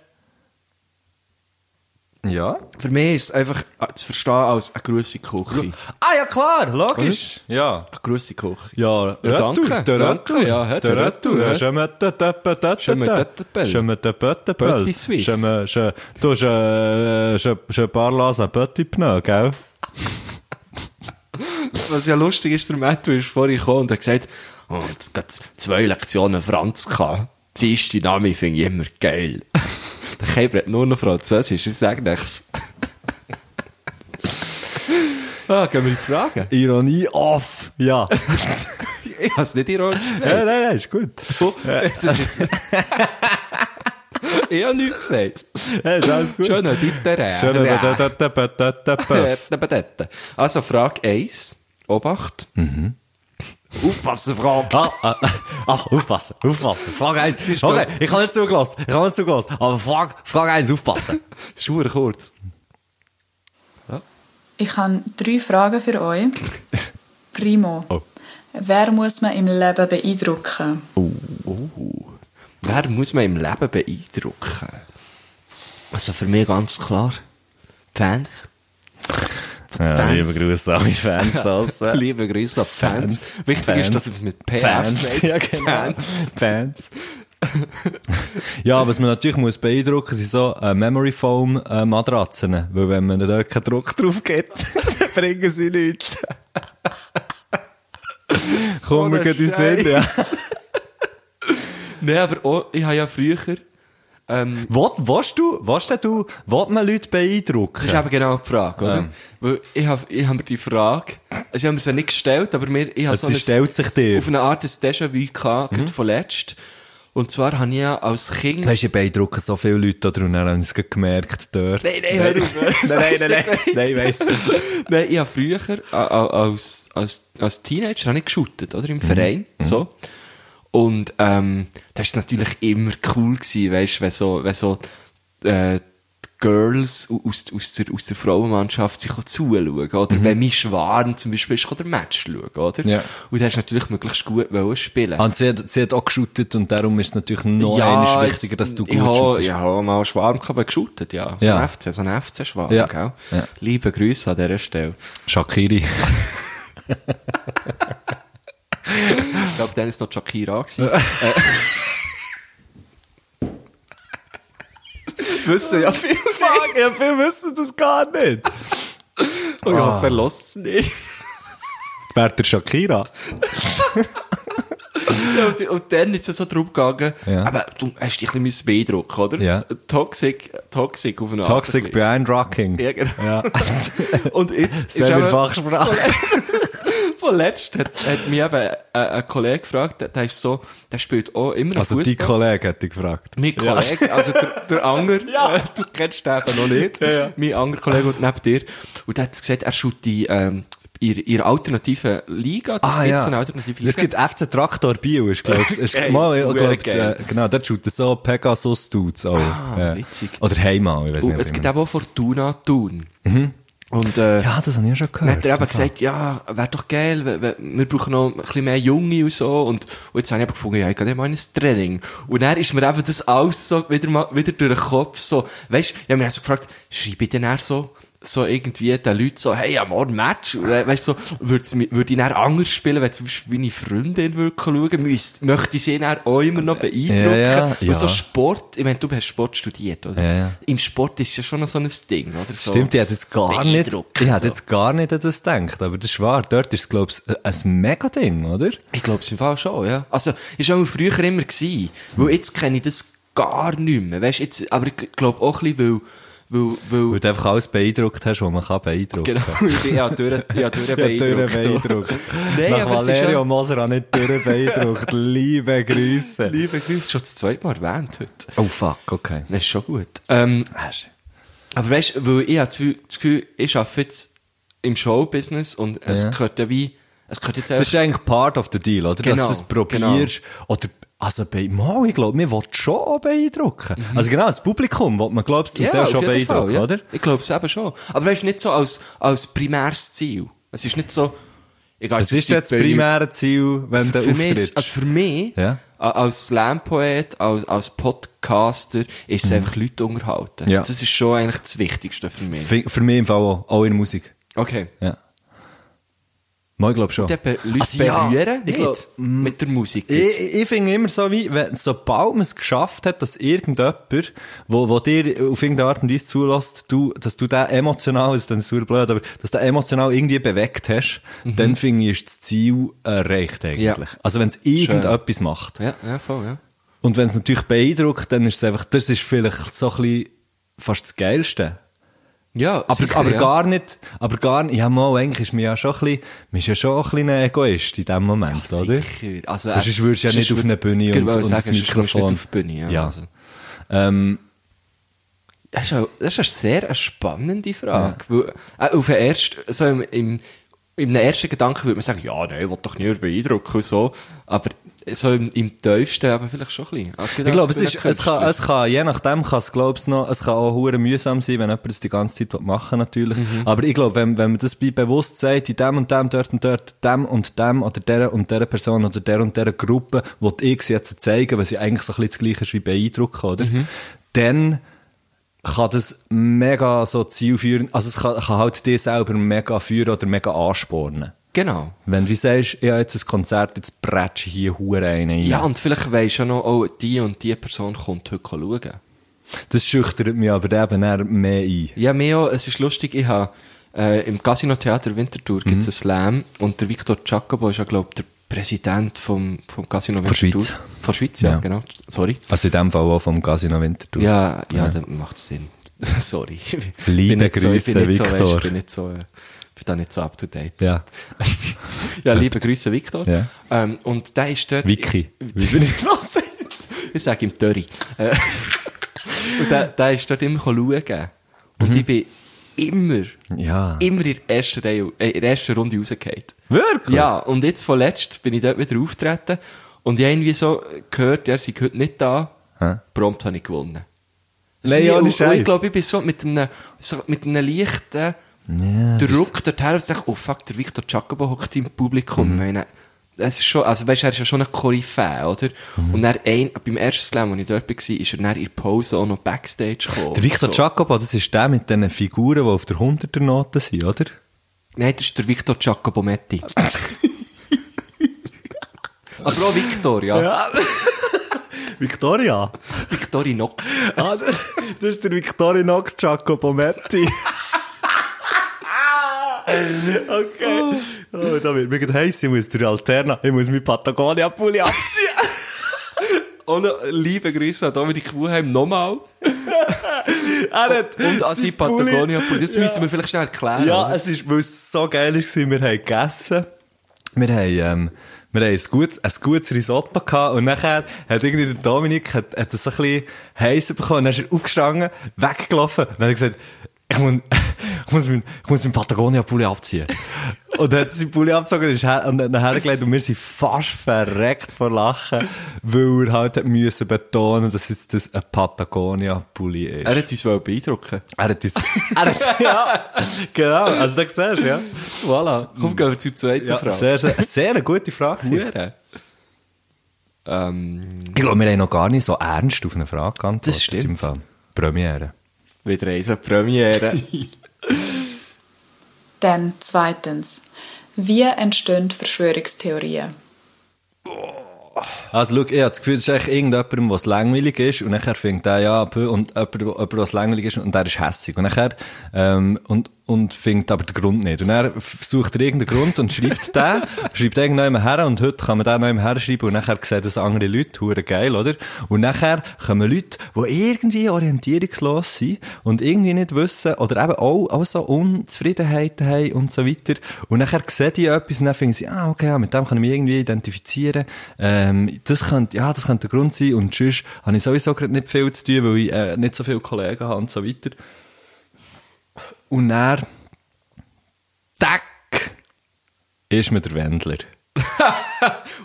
Speaker 2: Ja.
Speaker 5: Für mich ist es einfach äh, zu verstehen als eine grosse Küche.
Speaker 2: Ah ja, klar, logisch. Ja.
Speaker 5: Eine grosse Küche.
Speaker 2: Ja,
Speaker 5: Ja, danke,
Speaker 2: Retour, der
Speaker 5: danke,
Speaker 2: Retour,
Speaker 5: ja,
Speaker 2: der
Speaker 5: hä, der
Speaker 2: Retour,
Speaker 5: Retour,
Speaker 2: ja.
Speaker 5: hä.
Speaker 2: Je me te te pe te te
Speaker 5: Je me
Speaker 2: te.
Speaker 5: te te pelle.
Speaker 2: Je me te pe te pelle.
Speaker 5: Petit Suisse.
Speaker 2: Je me- je- du, äh, je- je- je parle als un petit pneu, gell?
Speaker 5: Was ja lustig ist, der Matthew ist vorhin gekommen und hat gesagt, oh, jetzt geht zwei Lektionen Franz kann. Dienstag Name finde ich immer geil. Der Käber hat nur noch Französisch, ich sage nichts. ah, gehen wir in die Fragen?
Speaker 2: Ironie off. Ja.
Speaker 5: Ich habe es nicht ironisch
Speaker 2: Ja,
Speaker 5: gemeint.
Speaker 2: nein, nein, ist gut.
Speaker 5: Das ist jetzt... ich habe nichts gesagt.
Speaker 2: Ja, ist alles gut.
Speaker 5: Schöner Dieter.
Speaker 2: Je me te te te pe te te pe.
Speaker 5: Also, Frage 1. Obacht. Aufpassen, Frau.
Speaker 2: Ah, ah, ach, aufpassen, aufpassen. Frage 1. Okay, ich habe nicht zugelassen, ich habe nicht zugelassen. Aber Frage, Frage 1, aufpassen.
Speaker 5: Das ist verdammt kurz.
Speaker 1: Ich habe drei Fragen für euch. Primo.
Speaker 2: Oh.
Speaker 1: Wer muss man im Leben beeindrucken?
Speaker 5: Wer muss man im Leben beeindrucken? Also für mich ganz klar. die Fans.
Speaker 2: Ja,
Speaker 5: Fans.
Speaker 2: liebe Grüße an meine Fans eh. da
Speaker 5: Liebe Grüße an die Fans.
Speaker 2: Also, Fans.
Speaker 5: Wichtig
Speaker 2: Fans.
Speaker 5: ist, dass man es mit PF
Speaker 2: Fans.
Speaker 5: sagt.
Speaker 2: Ja, genau.
Speaker 5: Fans.
Speaker 2: Fans. ja, was man natürlich muss beeindrucken, sind so äh, Memory Foam äh, Matratzen. Weil wenn man da keinen Druck drauf gibt, dann bringen sie nichts. Kommen wir
Speaker 5: ein
Speaker 2: gerade in den Sinn, ja.
Speaker 5: Nein, aber auch, ich habe ja früher... Ähm,
Speaker 2: Wo- Willst du, willst denn du, will man Leute beeindrucken?
Speaker 5: das ist eben genau die Frage, oder?
Speaker 2: Ähm.
Speaker 5: Weil ich habe, ich habe mir die Frage... Also ich habe mir sie nicht gestellt, aber mir, ich habe
Speaker 2: also,
Speaker 5: so
Speaker 2: sie Mhm. stellt sich dir.
Speaker 5: auf eine Art ein Déjà-vu gehabt, gerade von letzt. Und zwar habe ich ja als Kind...
Speaker 2: Weißt du, beeindrucken so viele Leute da drunter, haben sie es gemerkt dort.
Speaker 5: Nein, nein, hör auf.
Speaker 2: nein, nein, nein, nein, nein, weiss.
Speaker 5: Nein, ich habe früher a- a- als, als, als Teenager habe ich geshootet, oder?
Speaker 2: Mhm.
Speaker 5: Im Verein, so. Und ähm, das war natürlich immer cool, gewesen, weißt, wenn so, wenn so äh, die Girls au- aus, aus, der, aus der Frauenmannschaft sich auch zuschauen, oder? Wenn mein Schwarm zum Beispiel ist, kann der Match schauen, oder?
Speaker 2: Mhm. Ja.
Speaker 5: Und da hast du natürlich möglichst gut wollen spielen.
Speaker 2: Und sie hat, sie hat auch geschuttet und darum ist es natürlich noch einmal wichtiger, dass du gut
Speaker 5: ich habe,
Speaker 2: shootest.
Speaker 5: ich habe mal Schwarm gehabt, geschootet, ja. So
Speaker 2: Ja.
Speaker 5: ein FC, so ein FC-Schwarm,
Speaker 2: Ja.
Speaker 5: gell?
Speaker 2: Ja.
Speaker 5: Liebe Grüße an dieser Stelle.
Speaker 2: Shakiri.
Speaker 5: Ich glaube, dann ist noch Shakira gewesen. Wissen ja viel.
Speaker 2: Fuck, ja, viele wissen das gar nicht.
Speaker 5: Oh ja, verlässt es nicht.
Speaker 2: Wer der Shakira?
Speaker 5: Ja, und, und dann ist es so drum gegangen,
Speaker 2: Ja.
Speaker 5: aber du hast dich ein bisschen beeindruckt, oder?
Speaker 2: Ja.
Speaker 5: Toxic, toxic auf eine Art.
Speaker 2: Toxic Behind Rocking.
Speaker 5: Ja, genau.
Speaker 2: Ja,
Speaker 5: Und jetzt ist
Speaker 2: sehr
Speaker 5: eben,
Speaker 2: mit Fachsprache.
Speaker 5: vorletzt hat, hat mich eben äh, ein Kollege gefragt, der, der ist so, der spielt auch immer noch
Speaker 2: Also,
Speaker 5: Fußball.
Speaker 2: dein Kollege hat dich gefragt.
Speaker 5: Mein Kollege, also der, der Anger, äh, du kennst den eben noch nicht, mein anderer Kollege und neben dir, und der hat gesagt, er schaut die, ähm, ihre, ihre alternative Liga, Ah, das gibt eine alternative Liga.
Speaker 2: Ah, Es gibt FC Traktor Bio, ist, glaub ich. Ist,
Speaker 5: Geil,
Speaker 2: mal, ich
Speaker 5: huere
Speaker 2: glaub,
Speaker 5: geil.
Speaker 2: äh, genau, dort shooten so Pegasus-Dudes auch.
Speaker 5: Ah,
Speaker 2: Ja.
Speaker 5: witzig.
Speaker 2: Oder Heimann, ich weiß
Speaker 5: und
Speaker 2: nicht.
Speaker 5: es
Speaker 2: wie
Speaker 5: gibt
Speaker 2: man-
Speaker 5: eben auch Fortuna Thun. Und, äh,
Speaker 2: ja, das habe ich ja schon
Speaker 5: Dann
Speaker 2: gehört.
Speaker 5: hat er eben
Speaker 2: Im Fall.
Speaker 5: gesagt, ja, wäre doch geil, wir, wir- wir brauchen noch ein bisschen mehr Junge und so. Und, und jetzt habe ich eben gefunden, ja, ich gehe dann mal in ein Training. Und dann ist mir eben das alles so wieder, mal, wieder durch den Kopf so, weisst, ich habe mich also gefragt, schreibe ich denn eher so so irgendwie den Leuten so, hey, am Morgen Match, Und dann, weißt du, so, würde würd ich dann anders spielen, wenn zum Beispiel meine Freundin würde schauen müsste, möchte ich sie dann auch immer noch beeindrucken.
Speaker 2: Ja, ja,
Speaker 5: Und so
Speaker 2: ja.
Speaker 5: Sport, ich meine, du hast Sport studiert, oder?
Speaker 2: Ja, ja.
Speaker 5: Im Sport ist ja schon noch so ein Ding, oder? So.
Speaker 2: Stimmt, ich hätte es gar nicht,
Speaker 5: Beeindruckend,
Speaker 2: ich hätte
Speaker 5: so.
Speaker 2: jetzt gar nicht an das gedacht, aber das ist wahr. Dort ist es, glaube ich, ein Mega-Ding, oder?
Speaker 5: Ich glaube es im Fall schon, ja. Also, ist auch früher immer gewesen.
Speaker 2: Mhm.
Speaker 5: Weil jetzt kenne ich das gar nicht mehr. Weißt, jetzt, aber ich glaube auch ein bisschen, weil, weil,
Speaker 2: Weil
Speaker 5: weil
Speaker 2: du einfach alles beeindruckt hast, was man kann beeindrucken
Speaker 5: genau, ich bin ja durch, ja durch
Speaker 2: Ja, Türen
Speaker 5: beeindruckt.
Speaker 2: beeindruckt.
Speaker 5: Nein,
Speaker 2: Nach
Speaker 5: aber es ist
Speaker 2: Valerio
Speaker 5: ja-
Speaker 2: Moser hat nicht Türen beeindruckt. Liebe Grüße.
Speaker 5: Liebe Grüße, schon das zweite Mal erwähnt heute.
Speaker 2: Oh fuck, okay.
Speaker 5: Das ist schon gut. Ähm, aber weißt du, weil ich habe das Gefühl, ich arbeite jetzt im Showbusiness und es
Speaker 2: Ja.
Speaker 5: gehört ja wie, es gehört jetzt
Speaker 2: Das ist
Speaker 5: einfach,
Speaker 2: eigentlich part of the deal, oder?
Speaker 5: Genau,
Speaker 2: Dass du das probierst. Oder, also bei Mo, ich glaube, wir wollen schon auch beeindrucken. Also genau, das Publikum will man, glaubst du, zum Teil
Speaker 5: Mhm. auf
Speaker 2: schon
Speaker 5: jeden Fall,
Speaker 2: beeindrucken,
Speaker 5: ja.
Speaker 2: oder?
Speaker 5: Ich glaube es eben schon. Aber weißt du, nicht so als, als primäres Ziel. Es ist nicht so, egal,
Speaker 2: Was ist denn das primäre Ziel, wenn du
Speaker 5: für mich,
Speaker 2: auftrittst?
Speaker 5: ist- also für mich,
Speaker 2: Ja.
Speaker 5: a- als Slam-Poet, als, als Podcaster, ist es einfach Leute unterhalten.
Speaker 2: Mhm. Ja.
Speaker 5: Das ist schon eigentlich das Wichtigste für mich.
Speaker 2: Für, für mich im Fall auch, auch in der Musik.
Speaker 5: Okay.
Speaker 2: Ja. Mal, ich glaube schon.
Speaker 5: Und eben Leute
Speaker 2: Also ja,
Speaker 5: berühren,
Speaker 2: ich
Speaker 5: nicht?
Speaker 2: glaub, mm.
Speaker 5: mit der Musik.
Speaker 2: Ich,
Speaker 5: jetzt.
Speaker 2: ich- ich finde immer so, wie, wenn, sobald man es geschafft hat, dass irgendjemand, wo, wo dir auf irgendeine Art und Weise zulässt, du, dass du den emotional, das ist dann super blöd, aber dass du den emotional irgendwie bewegt hast, dann finde ich, ist das Ziel erreicht eigentlich.
Speaker 5: Mhm. Ja.
Speaker 2: Also wenn es irgendetwas macht.
Speaker 5: Ja, ja, voll, ja.
Speaker 2: Und wenn es natürlich beeindruckt, dann ist es einfach, das ist vielleicht so ein bisschen fast das Geilste.
Speaker 5: Ja,
Speaker 2: Aber,
Speaker 5: sicher,
Speaker 2: aber
Speaker 5: ja.
Speaker 2: gar nicht, aber gar nicht, ja mal, eigentlich ist man ja schon ein bisschen, man ist ja schon ein bisschen ein Egoist in dem Moment, oder?
Speaker 5: Sicher. Also, äh,
Speaker 2: Weil sonst würdest du ja nicht auf eine Bühne und-
Speaker 5: und,
Speaker 2: und
Speaker 5: sagen,
Speaker 2: das
Speaker 5: sonst kommst du
Speaker 2: Mikrofon.
Speaker 5: nicht auf die Bühne. Ja.
Speaker 2: Ja.
Speaker 5: Also.
Speaker 2: Ähm,
Speaker 5: Ehm, Das ist, auch, das ist eine sehr eine spannende Frage. Weil, äh, auf den ersten, so im, im, im ersten Gedanken würde man sagen, ja, nein, ich will doch nicht beeindrucken und so. Aber so im, im tiefsten aber vielleicht schon ein bisschen.
Speaker 2: ich glaube, es, ist, es, kann, es kann, je nachdem kann es, glaube ich, noch, es kann auch hure mühsam sein, wenn jemand das die ganze Zeit machen will, natürlich.
Speaker 5: Mhm.
Speaker 2: Aber ich glaube, wenn, wenn man das bei bewusst sagt, in dem und dem, dort und dort, dem und dem oder der und der Person oder der und der Gruppe, will ich sie jetzt zeigen, weil sie eigentlich so ein bisschen das Gleiche ist wie beeindrucken, oder?
Speaker 5: Mhm.
Speaker 2: Dann kann das mega so zielführend, also es kann, kann halt dich selber mega führen oder mega anspornen.
Speaker 5: Genau.
Speaker 2: Wenn du wie sagst, ich habe jetzt ein Konzert, jetzt prätsche ich hier hure einen rein.
Speaker 5: Ja, und vielleicht weisst du ja noch, oh, die und die Person kommt heute schauen.
Speaker 2: Das schüchtert mich aber eben eher mehr ein.
Speaker 5: Ja, Meo, es ist lustig, ich habe äh, im Casino Theater Winterthur
Speaker 2: Mhm.
Speaker 5: gibt's einen Slam und der Victor Giacobo ist ja, glaube ich, der Präsident vom, vom Casino Winterthur.
Speaker 2: Schweiz.
Speaker 5: Von Schweiz, ja,
Speaker 2: Ja.
Speaker 5: genau. Sorry.
Speaker 2: Also in dem Fall auch vom Casino Winterthur.
Speaker 5: Ja, ja, dann macht Sinn. Sorry.
Speaker 2: Liebe
Speaker 5: Bin nicht
Speaker 2: Grüße,
Speaker 5: ich bin nicht So,
Speaker 2: Victor.
Speaker 5: ich bin nicht so, äh, bin da nicht so up to date.
Speaker 2: Ja.
Speaker 5: ja, liebe Grüße, Victor.
Speaker 2: Ja.
Speaker 5: Ähm, und der ist dort.
Speaker 2: Vicky. Wie bin ich so
Speaker 5: Ich sage ihm Töri. Äh, und der, der ist dort immer schauen.
Speaker 2: Mhm.
Speaker 5: Und ich bin immer,
Speaker 2: Ja.
Speaker 5: immer in der ersten, Reihe, äh, in der ersten Runde rausgekommen.
Speaker 2: Wirklich?
Speaker 5: Ja, und jetzt vorletzt bin ich dort wieder auftreten und ich habe irgendwie so gehört, er sei heute nicht da.
Speaker 2: Hä?
Speaker 5: Prompt habe ich gewonnen.
Speaker 2: Nein,
Speaker 5: Wie-
Speaker 2: ohne
Speaker 5: und- und
Speaker 2: Scheiß.
Speaker 5: Ich glaube, ich bin so mit einem, so mit einem leichten
Speaker 2: Ja,
Speaker 5: Druck dorthin und sage, oh fuck, der Victor Giacobo hockt im
Speaker 2: Mhm.
Speaker 5: Publikum. Ich meine, es ist schon, also weißt, er ist ja schon ein Koryphäe, oder?
Speaker 2: Mhm.
Speaker 5: Und dann ein, beim ersten Slam, als ich dort war, ist er dann in der Pause auch noch Backstage gekommen.
Speaker 2: Der Victor
Speaker 5: So.
Speaker 2: Jacopo, das ist der mit den Figuren, die auf der 100er Note sind, oder?
Speaker 5: Nein, das ist der Victor Giacobometti. Aber auch Victor, ja.
Speaker 2: Victoria.
Speaker 5: Victorinox.
Speaker 2: Ah, das ist der Victorinox Jacopo Metti. okay. Oh, da wird mir gerade heiß, ich muss der Alterna, ich muss mein Patagonia-Pulli abziehen.
Speaker 5: Und äh, liebe Grüße an Dominik Wuheim nochmal.
Speaker 2: Er hat
Speaker 5: Und
Speaker 2: sein
Speaker 5: an sein
Speaker 2: Pulli-
Speaker 5: Patagonia. Das
Speaker 2: Ja.
Speaker 5: müssen wir vielleicht schnell erklären.
Speaker 2: Ja,
Speaker 5: oder?
Speaker 2: es ist, weil es so geil war, wir haben gegessen. Wir haben, ähm, wir haben ein gutes, ein gutes Risotto gehabt und nachher hat irgendwie der Dominik hat, hat das so ein bisschen heiß bekommen und dann ist er aufgestanden, weggelaufen und dann hat er gesagt, ich muss, ich muss, mein, ich muss meinen Patagonia-Pulli abziehen. und dann hat er seinen Pulli abgezogen und ist her, und dann hergelegt und wir sind fast verreckt vor Lachen, weil er halt hat müssen betonen, dass jetzt das ein Patagonia-Pulli ist.
Speaker 5: Er hat uns wollen beeindrucken.
Speaker 2: Er hat das. Er hat, ja, genau. Also, da siehst du, ja.
Speaker 5: Voilà. Komm, gehen wir zur zweiten
Speaker 2: ja
Speaker 5: Frage.
Speaker 2: sehr, sehr, sehr eine gute Frage. gewesen.
Speaker 5: Hure. Ähm,
Speaker 2: Ich glaube, wir haben noch gar nicht so ernst auf eine Frage geantwortet.
Speaker 5: Das stimmt.
Speaker 2: Im Fall. Premiere.
Speaker 5: wieder eins an die Premiere.
Speaker 1: Dann zweitens. Wie entstehen Verschwörungstheorien?
Speaker 2: Also, schau, ich habe das Gefühl, es ist echt irgendjemandem, was langweilig ist, und nachher fängt der ja ab, und jemand, jemand was langweilig ist, und der ist hässig. Und nachher, ähm, und, und findet aber den Grund nicht. Und er sucht er irgendeinen Grund und schreibt den, schreibt irgendjemand her, und heute kann man den noch her schreiben, und nachher sehen das andere Leute, hure geil, oder? Und nachher kommen Leute, die irgendwie orientierungslos sind, und irgendwie nicht wissen, oder eben auch, auch so Unzufriedenheiten haben, und so weiter. Und nachher sehen die etwas, und dann finden sie, ah, okay, ja, mit dem kann ich mich irgendwie identifizieren, ähm, das könnte, ja, das könnte der Grund sein, und sonst habe ich sowieso gerade nicht viel zu tun, weil ich äh, nicht so viele Kollegen habe, und so weiter. Und er. Tack! Ist mir der Wendler.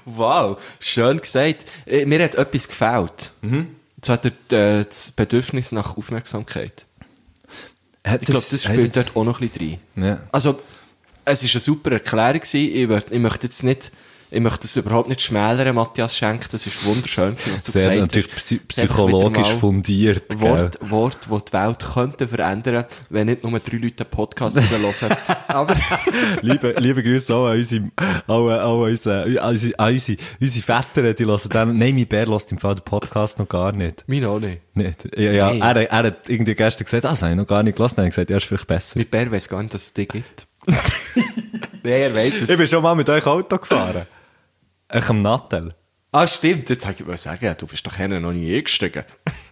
Speaker 5: Wow, schön gesagt. Äh, Mir hat etwas gefällt. Und zwar der, äh, das Bedürfnis nach Aufmerksamkeit.
Speaker 2: Hat
Speaker 5: Ich glaube, das
Speaker 2: hat
Speaker 5: spielt
Speaker 2: das-
Speaker 5: dort auch noch ein bisschen rein.
Speaker 2: Ja.
Speaker 5: Also, es war eine super Erklärung. gewesen. Ich, wür- ich möchte jetzt nicht, ich möchte das überhaupt nicht schmälern, Matthias Schenk. Das ist wunderschön, gewesen, was du
Speaker 2: Sehr
Speaker 5: gesagt hast.
Speaker 2: natürlich psy
Speaker 5: Einfach wieder
Speaker 2: psychologisch
Speaker 5: mal
Speaker 2: fundiert. gell?
Speaker 5: Wort, Wort, wo die Welt könnte verändern, wenn nicht nur drei Leute einen Podcast hören. Aber,
Speaker 2: liebe, liebe Grüße auch an unsere, auch, an- auch an unsere, an unsere, an unsere, unsere Väter, die hören dann, nein, mein Bär lässt im Fall den Podcast noch gar nicht.
Speaker 5: mein auch nicht.
Speaker 2: Nicht. Ja, ja,
Speaker 5: Nein.
Speaker 2: er, er hat irgendwie gestern gesagt, ah, das habe ich noch gar nicht gelassen. Dann habe ich gesagt, ja, ist vielleicht besser.
Speaker 5: Mit Bär weiss gar nicht, dass es dich gibt. Nein, er weiss
Speaker 2: Ich
Speaker 5: es.
Speaker 2: bin schon mal mit euch Auto gefahren. Ich am Nattel.
Speaker 5: Ah, stimmt. Jetzt wollte ich mal sagen, du bist doch hier noch nie eingestiegen.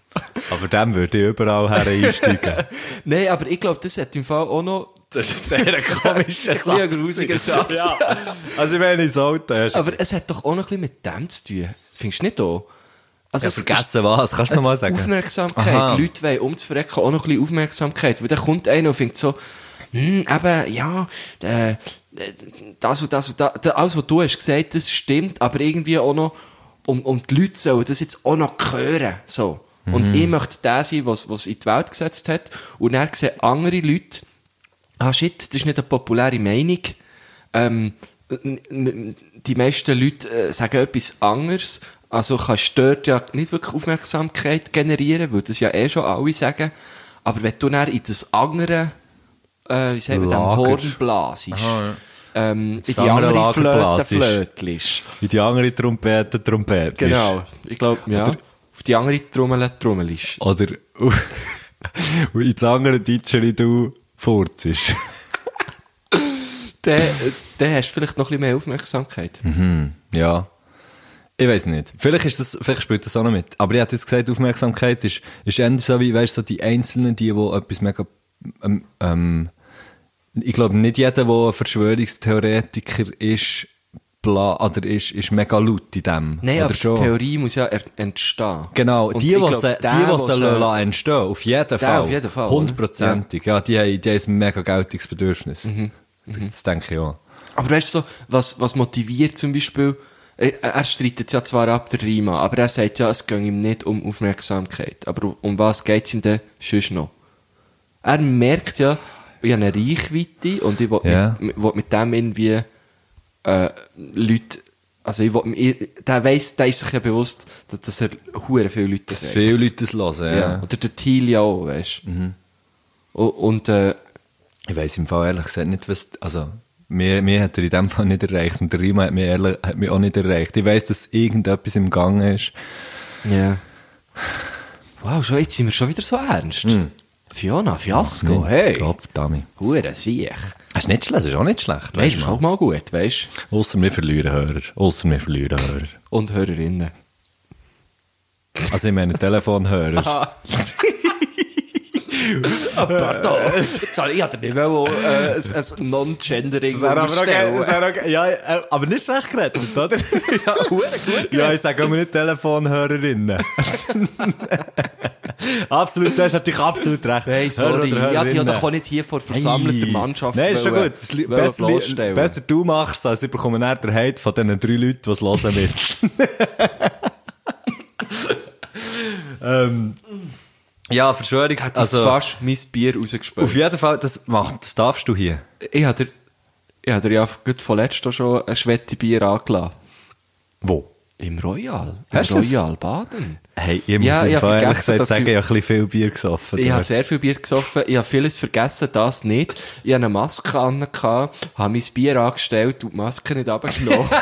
Speaker 2: Aber dem würde ich überall her einsteigen.
Speaker 5: Nein, aber ich glaube, das hat im Fall auch noch...
Speaker 2: Das ist ein sehr komischer
Speaker 5: Ein bisschen ein grusiger Satz.
Speaker 2: Ja. Also wenn ich so alt hast.
Speaker 5: Aber es hat doch auch noch ein bisschen mit dem zu tun. Findest du nicht auch? Also
Speaker 2: ja,
Speaker 5: es
Speaker 2: vergessen was, kannst du nochmal sagen?
Speaker 5: Aufmerksamkeit.
Speaker 2: Aha.
Speaker 5: Leute wollen umzuverrecken auch noch ein bisschen Aufmerksamkeit. Weil dann kommt einer und findet so, hm, eben, ja, äh, äh, das und das und das, alles, was du hast gesagt, das stimmt, aber irgendwie auch noch, um, um die Leute sollen das jetzt auch noch hören, so.
Speaker 2: Mhm.
Speaker 5: Und ich möchte der sein, was, was in die Welt gesetzt hat. Und dann sehen andere Leute, ah shit, das ist nicht eine populäre Meinung. Ähm, n- n- die meisten Leute äh, sagen etwas anderes. Also kannst du dort ja nicht wirklich Aufmerksamkeit generieren, weil das ja eh schon alle sagen. Aber wenn du dann in das andere, äh, wie sagen wir, dem
Speaker 2: Lager.
Speaker 5: Horn blasest, ähm, in die
Speaker 2: andere
Speaker 5: andere
Speaker 2: Lager
Speaker 5: Flöte
Speaker 2: blasest.
Speaker 5: flötelst.
Speaker 2: In die andere Trompete, Trompete.
Speaker 5: Genau, ich glaube, ja.
Speaker 2: Oder-
Speaker 5: Auf die andere Trommel trommelst.
Speaker 2: Oder und in das andere Ditscheri du furzisch.
Speaker 5: Dann äh, dann hast du vielleicht noch ein bisschen mehr Aufmerksamkeit.
Speaker 2: Ja. Ich weiß nicht. Vielleicht, ist das, vielleicht spielt das auch noch mit. Aber ich hatte jetzt gesagt, Aufmerksamkeit ist, ist eher so wie, weißt du, so die Einzelnen, die, die etwas mega, ähm, ähm, ich glaube, nicht jeder, der ein Verschwörungstheoretiker ist, bla, oder ist, ist mega laut in dem.
Speaker 5: Nein,
Speaker 2: oder
Speaker 5: aber die Theorie muss ja er- entstehen.
Speaker 2: Genau,
Speaker 5: Und
Speaker 2: die, die,
Speaker 5: ich
Speaker 2: die,
Speaker 5: glaub,
Speaker 2: sie- die,
Speaker 5: der,
Speaker 2: die
Speaker 5: der
Speaker 2: sie
Speaker 5: sie-
Speaker 2: lassen entstehen, auf jeden Fall.
Speaker 5: auf jeden Fall, oder?
Speaker 2: Hundertprozentig. Ja, die, haben, die haben ein mega geltiges Bedürfnis.
Speaker 5: Mhm.
Speaker 2: Das denke ich auch.
Speaker 5: Aber weißt du, so, was, was motiviert zum Beispiel, äh, er streitet ja zwar ab, der Rima, aber er sagt ja, es ging ihm nicht um Aufmerksamkeit. Aber um was geht es ihm denn sonst noch? Er merkt ja, ich habe eine Reichweite und ich will,
Speaker 2: Ja.
Speaker 5: mit, will mit dem irgendwie äh, Leute, also ich will, ich- der weiss, der ist sich ja bewusst, dass, dass er hure viele Leute
Speaker 2: Dass
Speaker 5: sagt.
Speaker 2: viele Leute das hören.
Speaker 5: ja.
Speaker 2: Ja.
Speaker 5: Oder der Thiel ja auch, weißt du. O- Und, äh,
Speaker 2: Ich weiss im Fall ehrlich gesagt nicht, was. Also, mir, mir hat er in dem Fall nicht erreicht und der Rima hat mich, ehrlich, hat mich auch nicht erreicht. Ich weiss, dass irgendetwas im Gang ist.
Speaker 5: Ja. Wow, schon, jetzt sind wir schon wieder so ernst. Fiona, Fiasco, Oh, hey.
Speaker 2: Gott, Dami.
Speaker 5: Hure Siech.
Speaker 2: Das ist nicht schlecht, das ist auch nicht schlecht.
Speaker 5: Weißt du,
Speaker 2: Weißt
Speaker 5: schau mal gut, weißt
Speaker 2: du? Ausser wir verlieren Hörer. Ausser wir verlieren Hörer.
Speaker 5: Und Hörerinnen.
Speaker 2: Also, ich meine Telefonhörer.
Speaker 5: Pardon, jetzt habe ich nicht mehr ein Non-Gendering
Speaker 2: Das wäre aber auch geil, das wäre auch geil. Ja, äh, aber nicht schlecht gerettet, oder? ja, ja, ich sage immer nicht Telefonhörerinnen. absolut, du hast natürlich absolut recht.
Speaker 5: Hey,
Speaker 2: Hörer oder
Speaker 5: sorry, ich hatte ja
Speaker 2: Hörerinnen.
Speaker 5: doch auch nicht hier vor versammelter
Speaker 2: Hey.
Speaker 5: Mannschaft
Speaker 2: Nein, ist schon
Speaker 5: wollen-
Speaker 2: gut. Das ist li-
Speaker 5: wollen
Speaker 2: besser, li-
Speaker 5: bloßstellen.
Speaker 2: besser du machst es, als ich bekomme näher den Hate von diesen drei Leuten, die es hören mit. ähm, ja, Verschwörungs...
Speaker 5: Hat also,
Speaker 2: Also,
Speaker 5: fast mein Bier rausgespült.
Speaker 2: auf jeden Fall, das, macht, das darfst du hier.
Speaker 5: Ich habe dir, ich habe dir ja gerade vorletzt auch schon ein Schwette Bier angelassen.
Speaker 2: Wo?
Speaker 5: Im Royal. Im
Speaker 2: Hast du das?
Speaker 5: Royal Baden.
Speaker 2: Hey, ich muss ja,
Speaker 5: Ja, ich
Speaker 2: im
Speaker 5: hab
Speaker 2: Fall ehrlich
Speaker 5: vergessen,
Speaker 2: gesagt
Speaker 5: dass
Speaker 2: sagen,
Speaker 5: ich-
Speaker 2: ich habe ein bisschen viel Bier gesoffen.
Speaker 5: Ich habe
Speaker 2: dort.
Speaker 5: sehr viel Bier gesoffen, ich habe vieles vergessen, das nicht. Ich hatte eine Maske an, habe mein Bier angestellt und die Maske nicht runtergenommen.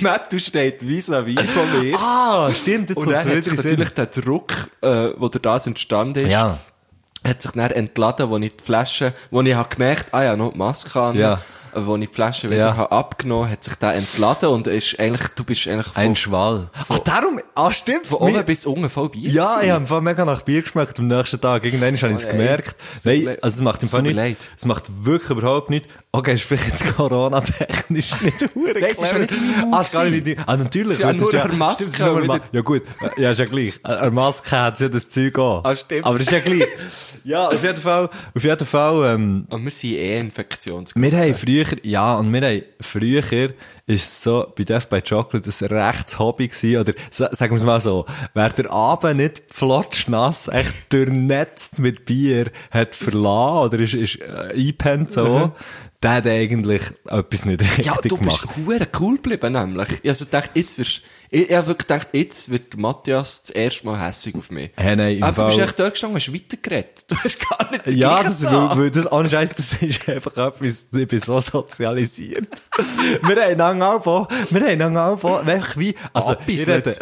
Speaker 5: Mattu steht vis-à-vis von mir.
Speaker 2: Ah, stimmt, jetzt
Speaker 5: und dann
Speaker 2: kommt's mir
Speaker 5: hat sich
Speaker 2: wieder in den
Speaker 5: natürlich
Speaker 2: Sinn.
Speaker 5: der Druck, äh, wo durch das entstanden ist,
Speaker 2: Ja.
Speaker 5: hat sich dann entladen, wo ich die Flasche, wo ich habe gemerkt, ah ja, noch die Maske an,
Speaker 2: Ja.
Speaker 5: äh, wo ich die Flasche wieder
Speaker 2: Ja.
Speaker 5: habe abgenommen, hat sich da entladen und ist eigentlich, du bist eigentlich
Speaker 2: Ein Schwall. Ach, darum, ah, stimmt.
Speaker 5: von
Speaker 2: mir-
Speaker 5: oben bis unten voll Bier.
Speaker 2: Ja,
Speaker 5: gewesen.
Speaker 2: ich habe im Fall mega nach Bier geschmeckt am nächsten Tag. Irgendwann habe ich es
Speaker 5: Oh, ey.
Speaker 2: gemerkt.
Speaker 5: Es tut mir
Speaker 2: Nein,
Speaker 5: leid.
Speaker 2: also es macht im
Speaker 5: Es
Speaker 2: Fall
Speaker 5: tut mir
Speaker 2: nicht.
Speaker 5: leid.
Speaker 2: Es macht wirklich überhaupt nicht. Okay, ist vielleicht jetzt Corona-technisch nicht hure
Speaker 5: Nein, es ist ja
Speaker 2: clever.
Speaker 5: nicht deine
Speaker 2: Ah, es ist gar
Speaker 5: Maus
Speaker 2: nicht deine- Ah,
Speaker 5: Es ist
Speaker 2: natürlich.
Speaker 5: ja
Speaker 2: weil es
Speaker 5: nur eine Maske,
Speaker 2: stimmt, es ist nur eine Ma-
Speaker 5: wieder.
Speaker 2: Ja gut, Äh, ja, ist ja gleich. Äh, Eine Maske hat ja das Zeug an.
Speaker 5: Ah, stimmt.
Speaker 2: Aber ist ja gleich. Ja, auf jeden Fall, auf jeden Fall, ähm,
Speaker 5: Und wir sind eh Infektions.
Speaker 2: wir haben früher, ja, und wir haben früher, ist so bei Death by Chocolate ein rechtes Hobby gewesen, oder sa- sagen wir es mal so, wer der Abend nicht flotschnass, echt durchnetzt mit Bier hat verlassen, oder ist, ist äh, eingepennt so, der hat eigentlich etwas nicht richtig
Speaker 5: Mhm. Ja, du bist
Speaker 2: gemacht.
Speaker 5: hure cool geblieben, nämlich. Ich also gedacht, jetzt wirst, ich, ich hab wirklich gedacht, jetzt wird Matthias das erste Mal hässig auf mich.
Speaker 2: Hey, Äh, nein, im
Speaker 5: Aber du
Speaker 2: Fall-
Speaker 5: bist echt da gestanden, hast weitergeredet. Du hast gar nicht
Speaker 2: Ja,
Speaker 5: gleich
Speaker 2: das,
Speaker 5: getan.
Speaker 2: weil, weil das, ohne Scheiß, das ist einfach etwas, ich bin so sozialisiert. wir haben lange angefangen, wir haben lange angefangen, einfach wie, also, ich
Speaker 5: Abbisselt.
Speaker 2: rede-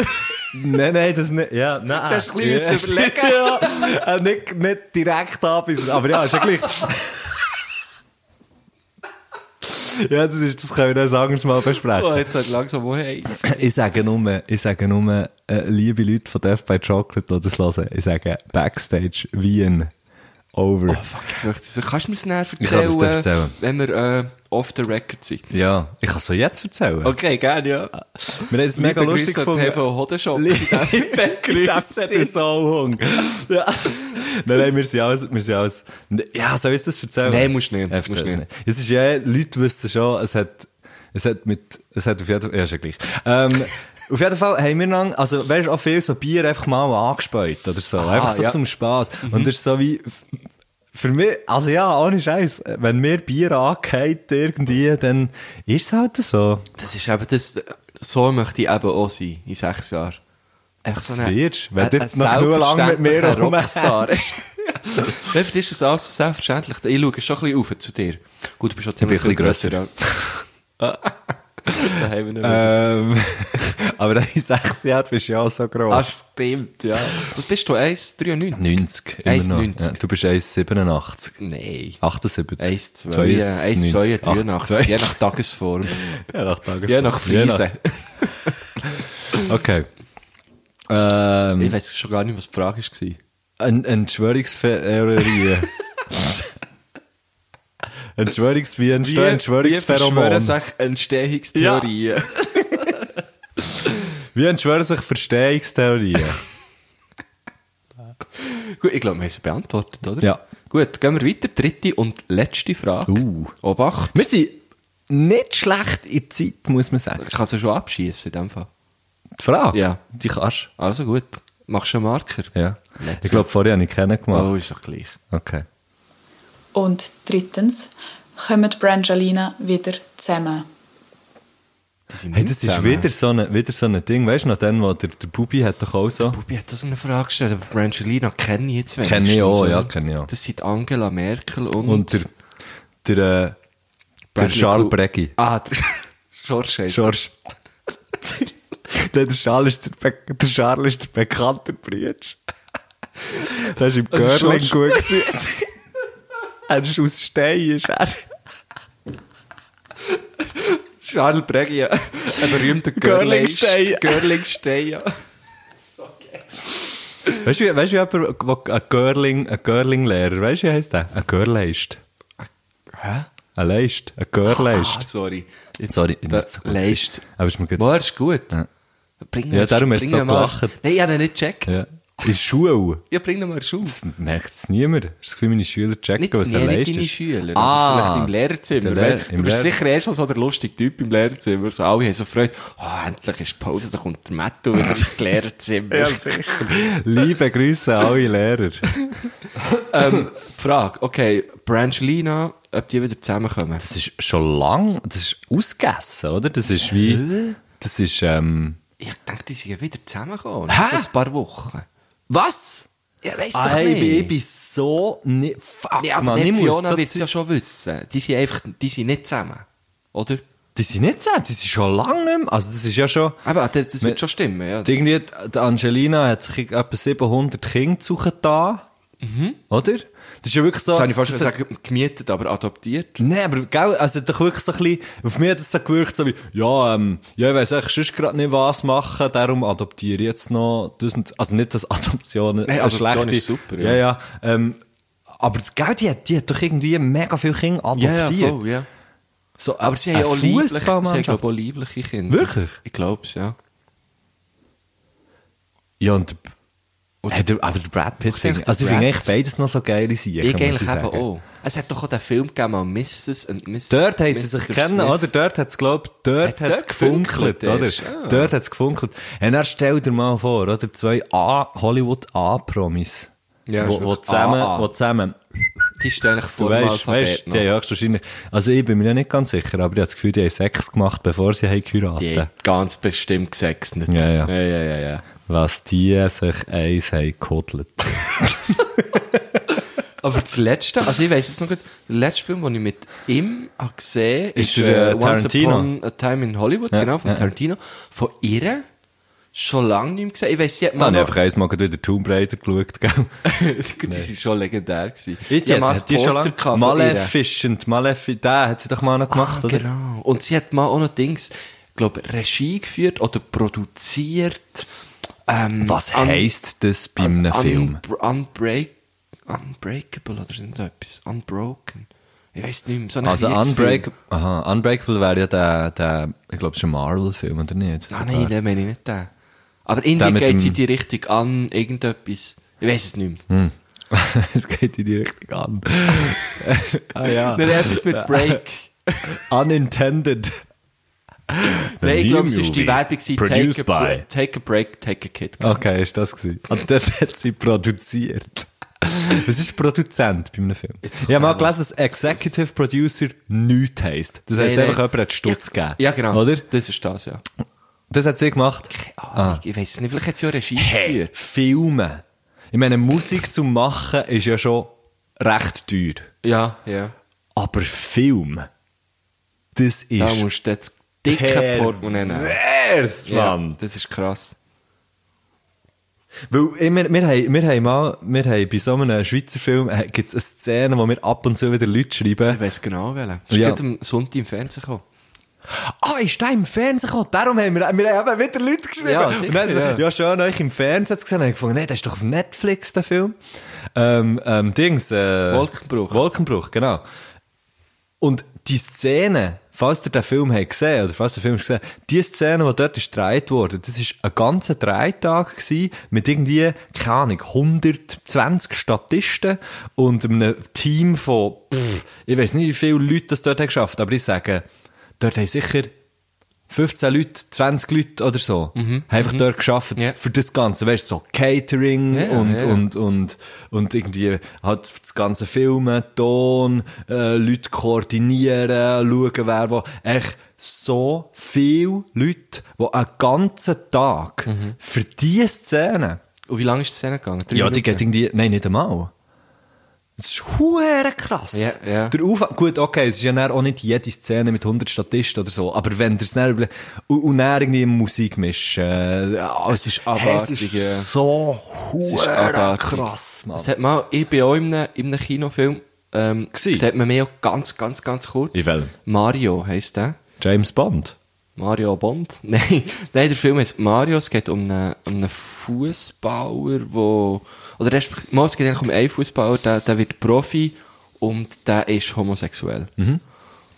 Speaker 2: nein, nein, das nicht, ja, nein.
Speaker 5: Jetzt hast du ein bisschen
Speaker 2: Ja.
Speaker 5: überlegen.
Speaker 2: ja, äh, nicht, nicht direkt abbisseln, aber ja, ist ja gleich. ja, das ist, das können wir dann sagen, mal
Speaker 5: Oh,
Speaker 2: besprechen.
Speaker 5: jetzt hat langsam auch heiß.
Speaker 2: Ich sage nur, ich sage nur, äh, liebe Leute von Death by Chocolate, die das hören, ich sage Backstage Wien. Over.
Speaker 5: Fuck, jetzt möchte ich, kannst du mir das näher
Speaker 2: Ich kann das
Speaker 5: erzählen,
Speaker 2: erzählen.
Speaker 5: wenn wir, äh, off the record sind?
Speaker 2: Ja, ich kann es so jetzt erzählen.
Speaker 5: Okay, gerne, ja.
Speaker 2: Wir haben es mega
Speaker 5: Liebe
Speaker 2: lustig
Speaker 5: Grüße an die TV Hodenshop. Grüße.
Speaker 2: Begrüßung. Ja. Nein, nein, wir sind alles, wir sind alles. Ja, soll ich das erzählen?
Speaker 5: Nein, musst nicht,
Speaker 2: Ja, erzähl
Speaker 5: musst
Speaker 2: es
Speaker 5: nicht.
Speaker 2: Es ist ja, Leute wissen schon, es hat, es hat mit, es hat auf jeden Fall, ja, ist ja gleich. Ähm, auf jeden Fall haben wir lang, also, weißt du, auch viel so Bier einfach mal angespäut oder so. einfach so
Speaker 5: ja. Mhm.
Speaker 2: zum Spass. Und das ist so wie, für mich, also ja, ohne Scheiß, wenn mir Bier angeht irgendwie, dann ist es halt so.
Speaker 5: Das ist eben das, so möchte ich eben auch sein, in sechs Jahren. Einfach
Speaker 2: Das wirst du, wenn du jetzt noch genug lang mit mir rumhängst.
Speaker 5: Rockstar ist. Vielleicht ist das alles selbstverständlich. Ich schaue schon ein bisschen auf zu dir. Gut, du bist schon ziemlich
Speaker 2: bin ein bisschen
Speaker 5: grösser, Äh, ja. da haben wir nicht mehr.
Speaker 2: Ähm, aber dann in sechs Jahren bist du ja auch so
Speaker 5: Ah,
Speaker 2: gross.
Speaker 5: stimmt, ja. Was bist du? 1,93?
Speaker 2: 90. immer noch.
Speaker 5: 1,90.
Speaker 2: Ja, du bist 1,87.
Speaker 5: Nein.
Speaker 2: 78.
Speaker 5: 1, 2, 1, 2, 83. Je nach Tagesform.
Speaker 2: Je nach Tagesform.
Speaker 5: Je nach Fliesen.
Speaker 2: Okay.
Speaker 5: Ich
Speaker 2: Ähm,
Speaker 5: weiß schon gar nicht, was die Frage war.
Speaker 2: ein, Entschwörungstheorie. Entschwörungs wie entstehen
Speaker 5: verschwören
Speaker 2: Entschwörungsphänomene.
Speaker 5: sich Entstehungstheorien.
Speaker 2: Wie entschwören sich Verstehungstheorien?
Speaker 5: Gut, ich glaube, wir haben sie beantwortet, oder?
Speaker 2: Ja.
Speaker 5: Gut, gehen wir weiter. Dritte und letzte Frage.
Speaker 2: Uh.
Speaker 5: Obacht.
Speaker 2: Wir sind nicht schlecht in Zeit, muss man sagen.
Speaker 5: Ich kann sie schon abschießen in dem Fall.
Speaker 2: Die Frage?
Speaker 5: Ja.
Speaker 2: Die kannst
Speaker 5: Also gut. Machst du einen Marker?
Speaker 2: du. Ja.
Speaker 5: Letzte.
Speaker 2: Ich glaube, vorher habe ich keinen gemacht.
Speaker 5: Oh, ist doch gleich.
Speaker 2: Okay.
Speaker 1: Und drittens kommen Brangelina wieder zusammen.
Speaker 5: Die sind
Speaker 2: Hey, das ist
Speaker 5: zusammen.
Speaker 2: wieder so ein wieder so ein Ding. Weißt du noch, den, wo der, der Bubi hat doch auch so.
Speaker 5: Bubi hat das eine Frage gestellt, aber Brangelina kenne ich jetzt
Speaker 2: Kenne ich auch, ja, kenne ich auch.
Speaker 5: Das sind Angela Merkel und,
Speaker 2: Und der, der, äh, der
Speaker 5: Bradley
Speaker 2: Charles
Speaker 5: Coo-
Speaker 2: Breggi.
Speaker 5: Ah, der Schorsch heisst
Speaker 2: George. der, der, Charles ist der, Be der Charles ist der bekannte Brütsch. Der ist im
Speaker 5: Also
Speaker 2: Görling
Speaker 5: George-
Speaker 2: gut gewesen. er ist aus Stein, ist er.
Speaker 5: Charles Breggi, ja. Ein berühmter
Speaker 2: Görlingstein.
Speaker 5: Görlingstein. Görlingstein, ja.
Speaker 2: Weißt du, wie- weißt du, wie jemand, wo- ein Görling, ein Görling-Lehrer, weißt du, wie heisst der? Ein Görleist.
Speaker 5: Hä?
Speaker 2: Ein Leist. Ein Görleist.
Speaker 5: Ah, sorry. Jetzt-
Speaker 2: Sorry, ich bin
Speaker 5: Da-
Speaker 2: nicht so gut
Speaker 5: Leist.
Speaker 2: gewesen. Aber ist mir gut.
Speaker 5: Boah, ist gut.
Speaker 2: Ja.
Speaker 5: Bring
Speaker 2: Ja,
Speaker 5: ihn-
Speaker 2: darum hast du
Speaker 5: bring
Speaker 2: so
Speaker 5: ihn mal-
Speaker 2: gelacht.
Speaker 5: Nein, ich habe ihn nicht gecheckt. Ja,
Speaker 2: Ja. In Schule.
Speaker 5: bring ihn mal Schuh.
Speaker 2: Das merkt es niemand. Das ist das Gefühl, meine Schüler checken,
Speaker 5: Nicht,
Speaker 2: was
Speaker 5: nee,
Speaker 2: er
Speaker 5: nicht
Speaker 2: leistet.
Speaker 5: deine Schüler,
Speaker 2: Ah.
Speaker 5: aber vielleicht im Lehrzimmer.
Speaker 2: Der Lehr-
Speaker 5: weil du
Speaker 2: im
Speaker 5: bist
Speaker 2: Lehr-
Speaker 5: sicher erst so der lustige Typ im Lehrzimmer. So, alle haben so Freude. Oh, endlich ist die Pause, da kommt der Matto wieder ins Lehrzimmer.
Speaker 2: Liebe Grüße an alle Lehrer.
Speaker 5: ähm, die Frage, okay, Brangelina, ob die wieder zusammenkommen?
Speaker 2: Das ist schon lang, das ist ausgegessen, oder? Das ist wie, Das ist, ähm,
Speaker 5: Ich denke, die sind ja wieder zusammengekommen.
Speaker 2: Hä?
Speaker 5: Hä? So ein paar Wochen.
Speaker 2: Was?
Speaker 5: Ja, weiss
Speaker 2: Ah, hey, ich, bin, ich bin so nicht. Fuck,
Speaker 5: Ja, aber
Speaker 2: Mann,
Speaker 5: die
Speaker 2: ich muss
Speaker 5: Fiona
Speaker 2: so
Speaker 5: wird es ja
Speaker 2: Zeug-
Speaker 5: schon wissen. Die sind einfach, die sind nicht zusammen. Oder?
Speaker 2: Die sind nicht zusammen, die sind schon lange nicht mehr. Also, das ist ja schon.
Speaker 5: Aber das, das wird
Speaker 2: Wir-
Speaker 5: schon stimmen, ja.
Speaker 2: Die Irgendwie, die Angelina hat sich etwa 700 Kinder zugetan. Oder? Das ist ja wirklich so.
Speaker 5: Mhm. Das habe ich fast
Speaker 2: das-
Speaker 5: schon gesagt, gemietet, aber adoptiert.
Speaker 2: Nein, aber gell, also doch wirklich so ein bisschen, auf mich hat es so gewirkt, so wie, ja, ähm, ja, ich weiss eigentlich sonst gerade nicht, was machen, darum adoptiere ich jetzt noch das und das. Also nicht, dass Adoption Nein, eine
Speaker 5: Adoption
Speaker 2: schlechte...
Speaker 5: ist super,
Speaker 2: ja.
Speaker 5: ja.
Speaker 2: Ja, ähm, aber gell, die, hat- die hat doch irgendwie mega viele Kinder adoptiert.
Speaker 5: ja.
Speaker 2: so,
Speaker 5: Aber sie haben ja auch liebliche, sie haben,
Speaker 2: Fußballmannschaft.
Speaker 5: glaube auch liebliche Kinder.
Speaker 2: Wirklich?
Speaker 5: Ich glaube es, ja.
Speaker 2: Ja, und, hey, der, aber der Brad Pitt,
Speaker 5: Ich
Speaker 2: finde
Speaker 5: denke,
Speaker 2: ich, also ich
Speaker 5: der
Speaker 2: finde
Speaker 5: Brad-
Speaker 2: eigentlich beides noch so geile Sachen,
Speaker 5: Ich
Speaker 2: muss
Speaker 5: eigentlich eben
Speaker 2: sagen.
Speaker 5: auch. Es hat doch auch den Film gegeben, mal Mrs. and Mrs.
Speaker 2: Dort haben sie
Speaker 5: Mr.
Speaker 2: sich kennen,
Speaker 5: Smith.
Speaker 2: oder? Dort hat's, glaub, dort
Speaker 5: Hat's
Speaker 2: hat's
Speaker 5: dort
Speaker 2: gefunkelt,
Speaker 5: gefunkelt
Speaker 2: oder?
Speaker 5: erst? Ah.
Speaker 2: Dort hat's gefunkelt. Und dann stell dir mal vor, oder? Zwei A, Hollywood A-Promis.
Speaker 5: Ja,
Speaker 2: wo,
Speaker 5: ist
Speaker 2: wo
Speaker 5: wirklich
Speaker 2: zusammen,
Speaker 5: AA.
Speaker 2: wo zusammen.
Speaker 5: Die stehen eigentlich vor
Speaker 2: Du
Speaker 5: dem
Speaker 2: weißt, weißt,
Speaker 5: Alphabet ne?
Speaker 2: die haben
Speaker 5: noch.
Speaker 2: höchstwahrscheinlich, also ich bin mir ja nicht ganz sicher, aber ich habe das Gefühl, die haben Sex gemacht, bevor sie haben
Speaker 5: Die
Speaker 2: geheiratet.
Speaker 5: haben ganz bestimmt gesext. nicht?
Speaker 2: Ja, ja.
Speaker 5: ja, ja, ja, ja.
Speaker 2: Was die sich eins haben gekodelt.
Speaker 5: Aber das letzte, also ich weiss jetzt noch gut, der letzte Film, den ich mit ihm habe gesehen
Speaker 2: Ist der, äh,
Speaker 5: Once
Speaker 2: Tarantino.
Speaker 5: Upon a Time in Hollywood,
Speaker 2: Ja,
Speaker 5: genau, von
Speaker 2: ja.
Speaker 5: Tarantino. Von ihr schon lange nicht mehr gesehen. Ich weiss, sie hat
Speaker 2: Dann habe ich
Speaker 5: noch-
Speaker 2: einfach eins mal gerade wieder Tomb Raider geschaut, gell?
Speaker 5: die sind schon legendär gewesen.
Speaker 2: Ich
Speaker 5: hab mal ein Poster gehabt von ihr.
Speaker 2: Maleficent, Maleficent, den hat sie doch mal noch gemacht,
Speaker 5: ah,
Speaker 2: oder?
Speaker 5: Genau. Und sie hat mal auch noch Dings, glaube Regie geführt oder produziert. Ähm,
Speaker 2: Was
Speaker 5: an-
Speaker 2: heisst das bei einem
Speaker 5: un-
Speaker 2: Film?
Speaker 5: unbr- Unbreak, unbreakable oder so etwas. Unbroken. Ich weiß nicht mehr. So ein
Speaker 2: Also
Speaker 5: Kriegsfilm.
Speaker 2: Unbreakable, aha, Unbreakable wäre ja der, der ich glaube, es ist ein Marvel-Film, oder nicht?
Speaker 5: Ah, nein, den meine ich nicht. Den. Aber
Speaker 2: Der
Speaker 5: irgendwie
Speaker 2: mit
Speaker 5: geht sie
Speaker 2: dem-
Speaker 5: die Richtung an, irgendetwas. Ich weiß es nicht mehr.
Speaker 2: Hm. es geht in die Richtung an. ah ja.
Speaker 5: Nein, etwas mit Break.
Speaker 2: Unintended.
Speaker 5: Nein, ich
Speaker 2: The
Speaker 5: glaube, es
Speaker 2: New
Speaker 5: war die
Speaker 2: Movie.
Speaker 5: Werbung. gewesen,
Speaker 2: Produced
Speaker 5: take, a br-
Speaker 2: by. Oh.
Speaker 5: take a break, take a kid.
Speaker 2: Okay, ist das gewesen. Und das hat sie produziert. Was ist Produzent bei einem Film? Ich habe mal gelesen, dass Executive Producer nichts heisst. Das heisst
Speaker 5: Nein,
Speaker 2: einfach,
Speaker 5: nein.
Speaker 2: jemand hat Stutz gegeben.
Speaker 5: Ja, genau.
Speaker 2: Oder?
Speaker 5: Das ist das, ja.
Speaker 2: Das hat sie gemacht.
Speaker 5: Ah. Ich weiß es nicht, vielleicht hat sie auch Regie
Speaker 2: Hey,
Speaker 5: geführt.
Speaker 2: Filme. Ich meine, Musik zu machen ist ja schon recht teuer.
Speaker 5: Ja, ja.
Speaker 2: Aber Film, das ist
Speaker 5: Da musst du jetzt dicke Portemonnaie nehmen.
Speaker 2: pervers,
Speaker 5: Ja,
Speaker 2: Mann.
Speaker 5: das ist krass.
Speaker 2: Weil ich, wir, wir, haben, wir haben mal, wir haben bei so einem Schweizer Film, äh, gibt's eine Szene, wo wir ab und zu wieder Leute
Speaker 5: Ich
Speaker 2: schreiben.
Speaker 5: weiß genau, welchen. Das ist
Speaker 2: Ja.
Speaker 5: gerade am Sonntag im Fernsehen gekommen.
Speaker 2: Ah, ist der im Fernsehen gekommen? Darum haben wir, wir haben eben wieder Leute geschrieben.
Speaker 5: Ja,
Speaker 2: und
Speaker 5: sicher,
Speaker 2: dann, so,
Speaker 5: ja.
Speaker 2: ja, schön, euch im Fernsehen hat's gesehen. Dann habe ich gefunden, nee, das ist doch auf Netflix, der Film. Ähm, ähm, Dings, äh,
Speaker 5: Wolkenbruch.
Speaker 2: Wolkenbruch, genau. Und die Szene, falls ihr den Film habt gesehen oder falls ihr den Film gesehen habt, die Szene, die dort ist gedreht wurde, das war ein ganzer Dreitag gewesen, mit irgendwie, keine Ahnung, 120 Statisten und einem Team von, pff, ich weiß nicht, wie viele Leute das dort haben geschafft, aber ich sage, dort haben sicher 15 Leute, 20 Leute oder so, haben einfach dort geschafft
Speaker 5: Ja.
Speaker 2: für das Ganze, weißt du, so Catering
Speaker 5: Ja,
Speaker 2: und,
Speaker 5: ja.
Speaker 2: und, und, und irgendwie halt das ganze Filmen, Ton, äh, Leute koordinieren, schauen, wer wo. Echt so viele Leute, die einen ganzen Tag
Speaker 5: Mhm.
Speaker 2: für diese Szene,
Speaker 5: Und wie lange ist die Szene gegangen? Drei
Speaker 2: ja, die
Speaker 5: Minuten?
Speaker 2: geht irgendwie, nein, nicht einmal. Das ist huere krass.
Speaker 5: Ja, ja.
Speaker 2: Der Aufwand, gut, okay, es ist ja dann auch nicht jede Szene mit 100 Statisten oder so, aber wenn der es dann, überle- und, und dann irgendwie Musik mischen, äh, ja, es ist
Speaker 5: abartig,
Speaker 2: Es
Speaker 5: ja.
Speaker 2: ist so
Speaker 5: Es ist
Speaker 2: huere
Speaker 5: abartig.
Speaker 2: krass, Mann.
Speaker 5: Es hat mal, ich bin auch in einem, in einem Kinofilm, ähm,
Speaker 2: Gsi.
Speaker 5: sieht man mich auch ganz, ganz, ganz kurz.
Speaker 2: In welchem?
Speaker 5: Mario heisst der.
Speaker 2: James Bond.
Speaker 5: Mario Bond? Nein, nein, der Film heißt Mario. Es geht um einen, um einen Fußballer, wo oder respektive, mal, es geht eigentlich um einen Fußballer, der, der wird Profi und der ist homosexuell.
Speaker 2: Mhm.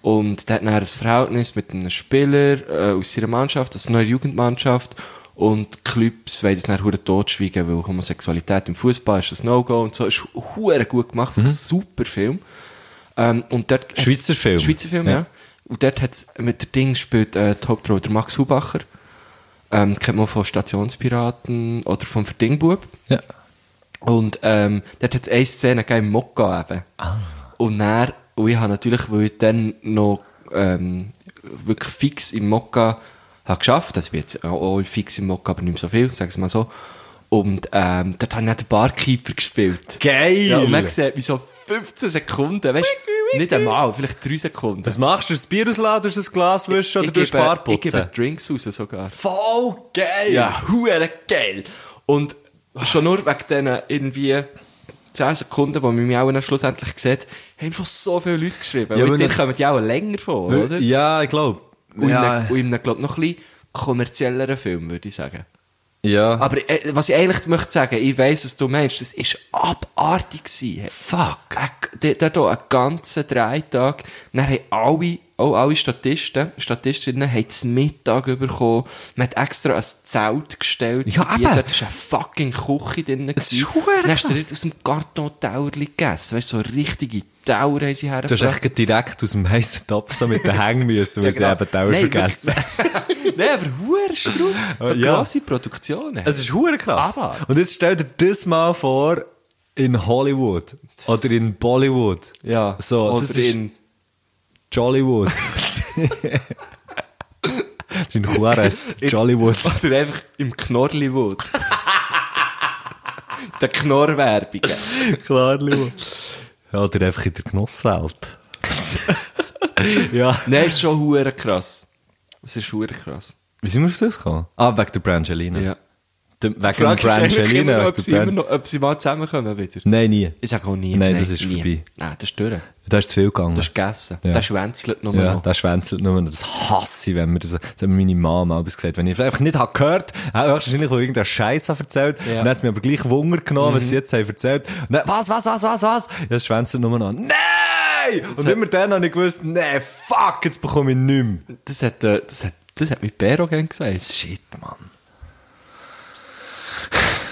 Speaker 5: Und der hat dann ein Verhältnis mit einem Spieler äh, aus seiner Mannschaft, aus einer Jugendmannschaft. Und die Clubs wollen es dann hure totschweigen, weil Homosexualität im Fußball ist ein No-Go und so. Ist hure gut gemacht, wirklich super Film. Ähm, und dort hat's-
Speaker 2: Mhm. Schweizer Film.
Speaker 5: Schweizer Film, ja.
Speaker 2: Ja.
Speaker 5: Und dort hat es mit der Ding spielt äh, die Hauptrolle der Max Hubacher. Ähm, kennt man von Stationspiraten oder vom Verdingbub.
Speaker 2: Ja.
Speaker 5: Und ähm, dort hat es eine Szene gegeben, im Mokka eben.
Speaker 2: Ah.
Speaker 5: Und dann, und ich habe natürlich, weil ich dann noch ähm, wirklich fix im Mokka hab habe geschafft. Also ich bin jetzt auch auch fix im Mock, aber nicht mehr so viel, sage es mal so. Und ähm, dort habe ich auch den Barkeeper gespielt.
Speaker 2: Geil!
Speaker 5: Ja, und man sieht mich so 15 Sekunden, weißt du, nicht einmal, vielleicht 3 Sekunden.
Speaker 2: Was machst du? Das Bier ausladen, tust du das Glas wischen oder
Speaker 5: ich,
Speaker 2: du
Speaker 5: gebe, ich gebe
Speaker 2: Barputzen?
Speaker 5: Drinks raus sogar.
Speaker 2: Voll geil!
Speaker 5: Ja, huere geil. Und schon nur wegen diesen irgendwie 10 Sekunden, die man mich auch noch schlussendlich sieht, haben schon so viele Leute geschrieben.
Speaker 2: Ja,
Speaker 5: und
Speaker 2: weil
Speaker 5: dir
Speaker 2: dann-
Speaker 5: kommen die auch länger vor, oder?
Speaker 2: Ja, ich glaube.
Speaker 5: Und
Speaker 2: Ja.
Speaker 5: in einem, und in einem, glaub, noch ein bisschen kommerzielleren Film, würde ich sagen.
Speaker 2: ja.
Speaker 5: Aber äh, was ich eigentlich möchte sagen, ich weiss, was du meinst, das ist abartig gewesen. Fuck. Der da hier einen ganzen Dreitag, dann haben alle, auch alle Statisten, Statistinnen, haben das Mittag bekommen, man hat extra ein Zelt gestellt.
Speaker 2: Ja,
Speaker 5: Für die.
Speaker 2: eben.
Speaker 5: Dort war eine fucking Küche drin. Das
Speaker 2: ist verdammt
Speaker 5: Dann hast du
Speaker 2: krass.
Speaker 5: nicht aus dem Karton-Tauer gegessen, weißt du, so richtige Tauer haben sie
Speaker 2: Du hast
Speaker 5: hergebracht.
Speaker 2: echt direkt aus dem heißen Topf so mit den Hängen müssen, weil
Speaker 5: genau.
Speaker 2: sie eben Tauer
Speaker 5: Nein,
Speaker 2: vergessen.
Speaker 5: Nein, aber verdammt strub. So
Speaker 2: Ja.
Speaker 5: grosse Produktionen.
Speaker 2: Es ist hure krass.
Speaker 5: Aber-
Speaker 2: Und jetzt stell dir das mal vor in Hollywood oder in Bollywood.
Speaker 5: ja,
Speaker 2: So,
Speaker 5: Oder
Speaker 2: das ist
Speaker 5: in-
Speaker 2: Jollywood. Das ist in Juarez, Jollywood.
Speaker 5: Oder einfach im Knorrliwood. der Knorrwerbung.
Speaker 2: Klar, Lou. Ja, oder einfach in der Genosswelt. ja.
Speaker 5: Nein, ist schon hure krass. Es ist hure krass.
Speaker 2: Wie sind wir auf das gekommen? Ah, wegen der Brangelina.
Speaker 5: Ja.
Speaker 2: Der, wegen der
Speaker 5: Frage ist eigentlich immer
Speaker 2: Brangelina.
Speaker 5: noch,
Speaker 2: wegen
Speaker 5: ob
Speaker 2: der
Speaker 5: sie, immer
Speaker 2: Bran-
Speaker 5: noch, ob sie mal zusammenkommen wieder.
Speaker 2: Nein, nie.
Speaker 5: Ich sage auch nie.
Speaker 2: Nein, das ist
Speaker 5: nie.
Speaker 2: vorbei.
Speaker 5: Nein, das ist durch.
Speaker 2: Da ist zu viel gegangen.
Speaker 5: Das ist gegessen.
Speaker 2: Ja.
Speaker 5: Das schwänzelt nur
Speaker 2: ja,
Speaker 5: noch.
Speaker 2: das schwänzelt nur. noch. Das hasse ich, wenn mir das, das hat mir meine Mama abends gesagt. Wenn ich es einfach nicht habe gehört, habe höchstwahrscheinlich, wo irgendein Scheiß erzählt.
Speaker 5: Ja. Mhm.
Speaker 2: Und dann hat es mir aber gleich Wunder genommen, was sie jetzt haben erzählt. Und dann, was, was, was, was, was? Ja, das schwänzelt nur noch. Nein! Und immer dann habe ich gewusst, nee, fuck, jetzt bekomme ich nichts mehr.
Speaker 5: Das hat, äh, das hat, das hat mein Bär auch gern gesagt.
Speaker 2: Shit, Mann.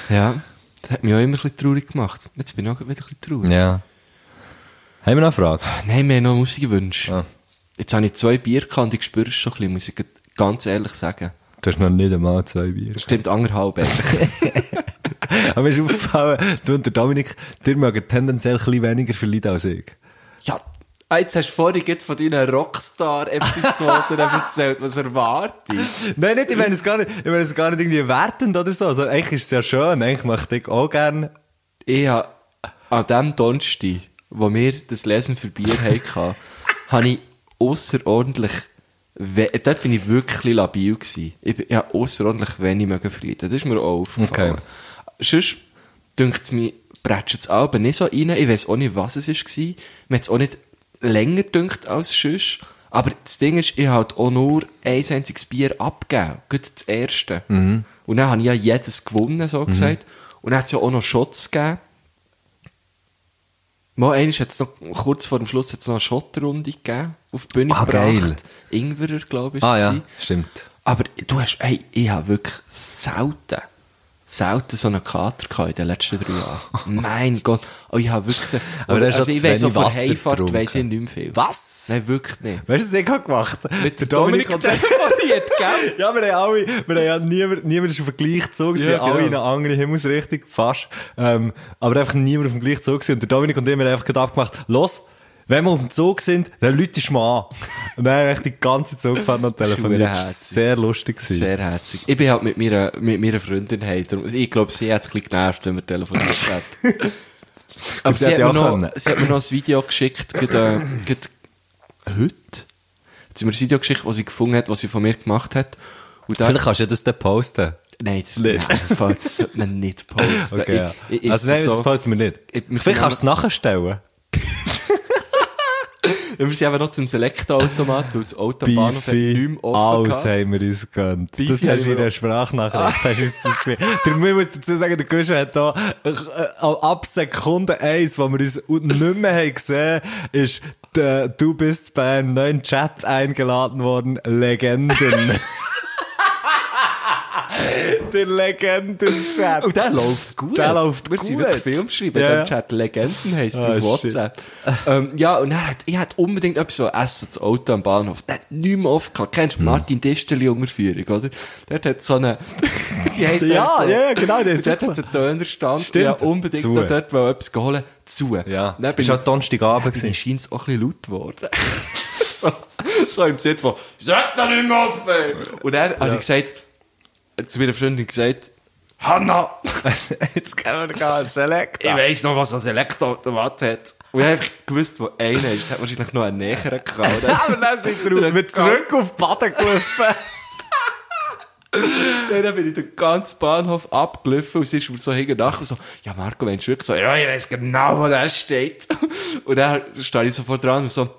Speaker 5: Ja. Das hat mich auch immer ein bisschen traurig gemacht. Jetzt bin ich auch wieder ein bisschen traurig.
Speaker 2: Ja. Haben wir noch eine Frage?
Speaker 5: Nein, wir haben noch Musikwünsche.
Speaker 2: Ah.
Speaker 5: Jetzt habe ich zwei Bier gehabt und ich spüre es schon ein bisschen, muss ich ganz ehrlich sagen.
Speaker 2: Du hast noch nicht einmal zwei Bier.
Speaker 5: Stimmt, anderthalb eigentlich.
Speaker 2: Aber mir ist aufgefallen, du und der Dominik, dir mögen tendenziell ein bisschen weniger verleiden als ich.
Speaker 5: Ja. Ah, jetzt hast du vorhin gerade von deinen Rockstar-Episoden erzählt, was erwartet.
Speaker 2: Nein, nicht, ich meine es gar nicht, ich meine es gar nicht irgendwie wertend oder so. Also, eigentlich ist es ja schön, eigentlich möchte ich auch gerne.
Speaker 5: Ich habe an dem Donnerstag, wo wir das Lesen für Bier hatten, habe ich außerordentlich, we- dort bin ich wirklich labil gewesen. Ich bin- ich habe außerordentlich wenig mögen verleiden. Das ist mir auch aufgefallen.
Speaker 2: Okay.
Speaker 5: Sonst dünkt es mich, bretscht es aber nicht so rein. Ich weiß auch nicht, was es war. Mir hat es auch nicht länger dünkt als sonst. Aber das Ding ist, ich habe halt auch nur ein einziges Bier abgegeben. Gut das erste.
Speaker 2: Mhm.
Speaker 5: Und dann habe ich ja jedes gewonnen, so gesagt. Und dann hat es ja auch noch Shots gegeben. Mal eines hat es noch, kurz vor dem Schluss hat es noch eine Shot-Runde gegeben. Auf die Bühne
Speaker 2: Ah, geil.
Speaker 5: Ingwerer, glaube ich,
Speaker 2: Ah,
Speaker 5: es
Speaker 2: ja,
Speaker 5: gewesen.
Speaker 2: stimmt.
Speaker 5: Aber du hast, hey, ich habe wirklich selten, selten so einen Kater gehabt in den letzten drei Jahren. mein Gott. Oh, ich habe wirklich,
Speaker 2: Aber der ist
Speaker 5: also
Speaker 2: auch
Speaker 5: ich
Speaker 2: zu
Speaker 5: weiss
Speaker 2: wenig
Speaker 5: auch von
Speaker 2: Wasser
Speaker 5: Heimfahrt
Speaker 2: getrunken.
Speaker 5: weiss ich nicht mehr viel.
Speaker 2: Was?
Speaker 5: Nein, wirklich nicht.
Speaker 2: Weißt du, was ich habe gemacht
Speaker 5: Mit dem Dominik
Speaker 2: und-
Speaker 5: telefoniert, gell?
Speaker 2: Ja, wir haben alle, wir haben ja niemand, niemand ist auf den gleichen Zug, gewesen,
Speaker 5: Ja, genau.
Speaker 2: alle in eine andere Himmelsrichtung, fast. Ähm, aber einfach niemand auf dem gleichen Zug gewesen. und der Dominik und ich haben einfach gerade abgemacht, los, wenn wir auf dem Zug sind, dann läutest du mal an. Und dann haben wir echt die ganze Zugfahrt noch
Speaker 5: ist
Speaker 2: telefoniert.
Speaker 5: verdammt
Speaker 2: Das war sehr lustig gewesen.
Speaker 5: Sehr herzig. Ich bin halt mit meiner, mit meiner Freundin hey, darum, ich glaube, sie hat es ein bisschen genervt, wenn wir telefoniert hätten. Aber
Speaker 2: sie
Speaker 5: sie hat,
Speaker 2: hätte
Speaker 5: mir
Speaker 2: auch
Speaker 5: noch,
Speaker 2: können.
Speaker 5: sie hat mir noch ein Video geschickt, gerade, äh, gerade heute. Jetzt haben wir ein Video geschickt, das sie gefunden hat, was sie von mir gemacht hat. Und da-
Speaker 2: Vielleicht kannst du ja das dann posten.
Speaker 5: Nein, das,
Speaker 2: Nicht.
Speaker 5: nein, im Fall, das sollte man nicht posten.
Speaker 2: Okay, ja.
Speaker 5: Ich- ich- ich-
Speaker 2: also nein,
Speaker 5: so-
Speaker 2: das posten wir nicht.
Speaker 5: Ich- wir sind
Speaker 2: Vielleicht kannst du es nachstellen.
Speaker 5: Wir sind eben noch zum Select-Automat, weil das Autobahnhof hat nicht
Speaker 2: Beefy,
Speaker 5: mehr offen
Speaker 2: alles
Speaker 5: gehabt.
Speaker 2: haben wir uns gegönnt.
Speaker 5: Beefy
Speaker 2: das hast
Speaker 5: haben
Speaker 2: du in
Speaker 5: wir
Speaker 2: der Sprachnachricht. hast du uns das gegeben. der Müll muss dazu sagen, der Guschen hat da äh, ab Sekunde eins, wo wir uns nicht mehr haben gesehen ist der, du bist bei einem neuen Chat eingeladen worden, Legenden. der Legenden-Chat.
Speaker 5: Und Oh, der läuft gut.
Speaker 2: Der läuft
Speaker 5: wir
Speaker 2: gut.
Speaker 5: sind wirklich Filmschreiber.
Speaker 2: Ja,
Speaker 5: Yeah.
Speaker 2: ja.
Speaker 5: Der Chat Legenden heisst
Speaker 2: Ah,
Speaker 5: auf
Speaker 2: shit.
Speaker 5: WhatsApp. ähm, ja, und er hat, ich hatte unbedingt etwas so essen, das Auto am Bahnhof. Der hat nicht mehr oft gehabt.
Speaker 2: Hm.
Speaker 5: Kennst du Martin Disteli Unterführung, oder? Dort hat so eine, die heisst
Speaker 2: Ja,
Speaker 5: auch so,
Speaker 2: ja, genau, der
Speaker 5: der
Speaker 2: ist
Speaker 5: ist Dort
Speaker 2: so.
Speaker 5: hat so einen Dönerstand.
Speaker 2: Stimmt.
Speaker 5: Ja, unbedingt
Speaker 2: Zu.
Speaker 5: noch dort wollte etwas holen. Zu.
Speaker 2: Ja,
Speaker 5: Dann bin
Speaker 2: ist
Speaker 5: ich-
Speaker 2: auch Donnerstagabend
Speaker 5: dann
Speaker 2: gewesen.
Speaker 5: scheint es auch ein bisschen laut geworden. so, so im Sinn von, «Sag da nicht mehr offen!» Und dann habe ich gesagt, zu meiner Freundin gesagt, «Hanna,
Speaker 2: Jetzt können wir gar Select.
Speaker 5: ich weiss noch, was ein Elektroautomat hat.» Und ich habe einfach gewusst, wo einer ist. Es hat wahrscheinlich noch einen näheren gehabt.
Speaker 2: Aber dann sind wir wir zurück auf Baden gelaufen.
Speaker 5: Ja, dann bin ich den ganzen Bahnhof abgelaufen und sie ist mir so hinterher und so, ja Marco, wenn du wirklich so, ja, ich weiss genau, wo der steht. Und dann stehe ich sofort dran und so,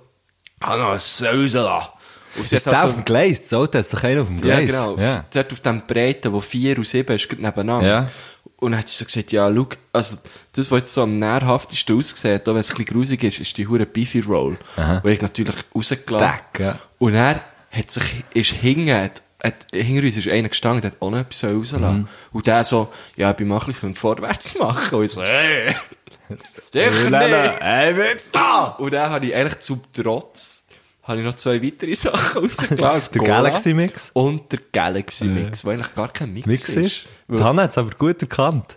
Speaker 5: Hanna, was soll ich da? Und sie
Speaker 2: Ist
Speaker 5: hat
Speaker 2: der
Speaker 5: halt
Speaker 2: auf
Speaker 5: so,
Speaker 2: dem Gleis? Das Auto ist doch einer auf dem
Speaker 5: ja,
Speaker 2: Gleis.
Speaker 5: genau,
Speaker 2: Ja.
Speaker 5: sie hat auf dem Breiten, wo vier und sieben ist, gerade nebeneinander.
Speaker 2: Ja.
Speaker 5: Und dann hat sie so gesagt, ja, schau, also, das, was jetzt so am nährhaftesten aussieht, auch wenn es ein bisschen grusig ist, ist die hure Beefy Roll. Aha. Die ich natürlich rausgelassen.
Speaker 2: Deck, ja.
Speaker 5: Und er hat sich, ist hinten, hat, hat, hinter uns ist einer gestanden, der hat auch noch etwas
Speaker 2: Mhm.
Speaker 5: rausgelassen. Und der so, ja, ich bin mal ein bisschen vorwärts machen. Und ich so, hey, sicher nicht.
Speaker 2: Hey, wird's da?
Speaker 5: Und dann habe ich eigentlich zum Trotz habe ich noch zwei weitere Sachen rausgelassen.
Speaker 2: Der
Speaker 5: Cola
Speaker 2: Galaxy Mix. Äh.
Speaker 5: Und der Galaxy Mix, wo eigentlich gar kein Mix,
Speaker 2: Mix
Speaker 5: ist.
Speaker 2: ist. Die Hanna hat es aber gut erkannt.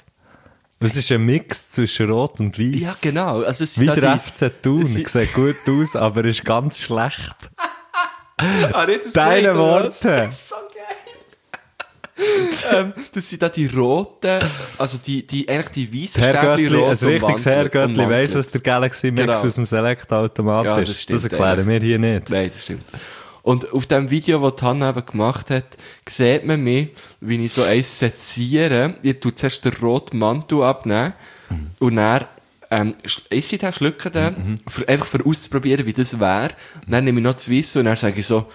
Speaker 2: Es ist ein Mix zwischen Rot und Weiß.
Speaker 5: Ja, genau. Also es
Speaker 2: Wie
Speaker 5: sind
Speaker 2: der
Speaker 5: da die-
Speaker 2: FC Thun.
Speaker 5: es sind-
Speaker 2: Sieht gut aus, aber ist ganz schlecht.
Speaker 5: Ah, nicht das
Speaker 2: Deine
Speaker 5: zweite,
Speaker 2: Worte.
Speaker 5: was? Das ist so geil. ähm, das sind da die roten, also die, die, eigentlich die weißen
Speaker 2: Herrgöttli, ein
Speaker 5: rot
Speaker 2: richtiges
Speaker 5: umwandelt-
Speaker 2: Herrgöttli weiss,
Speaker 5: umwandelt.
Speaker 2: was der Galaxy Mix
Speaker 5: Genau.
Speaker 2: aus dem Select-Automat
Speaker 5: Ja, das
Speaker 2: ist.
Speaker 5: stimmt
Speaker 2: Das erklären wir hier nicht.
Speaker 5: Nein, das stimmt. Und auf dem Video, das die Hanna eben gemacht hat, sieht man mich, wie ich so eins seziere. Ich tue zuerst den roten Mantel abnehmen und dann ähm, sch- esse ich den, schlucke den, für, einfach für auszuprobieren, wie das wäre. Dann nehme ich noch das Weiße und dann sage ich so,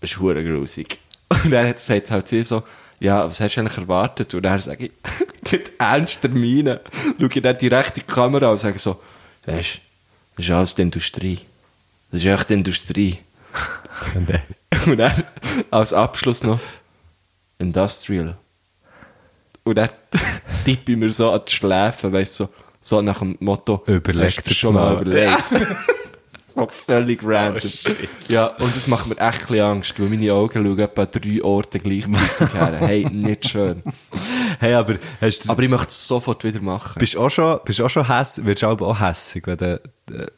Speaker 5: das ist hure grusig. Und dann hat sagt halt sie so, ja, was hast du eigentlich erwartet? Und dann sage ich, mit ernster Miene, schaue ich dann direkt in die Kamera und sage so, weißt du, das ist alles die Industrie. Das ist echt die Industrie. Und dann als Abschluss noch Industrial. Und dann tippe ich mir so an die Schläfe, weißt du, so, so nach dem Motto,
Speaker 2: Überleg
Speaker 5: hast du
Speaker 2: dir's
Speaker 5: schon mal, Oh,
Speaker 2: mal.
Speaker 5: überlegt. so völlig random. ja, und das macht mir echt ein bisschen Angst, weil meine Augen schauen etwa an drei Orte gleichzeitig her. Hey, nicht schön.
Speaker 2: Hey, aber hast du,
Speaker 5: Aber ich möchte es sofort wieder machen.
Speaker 2: bist auch schon, bist auch schon hässig, wirst du aber auch hässig, wenn du, äh, wärst du ein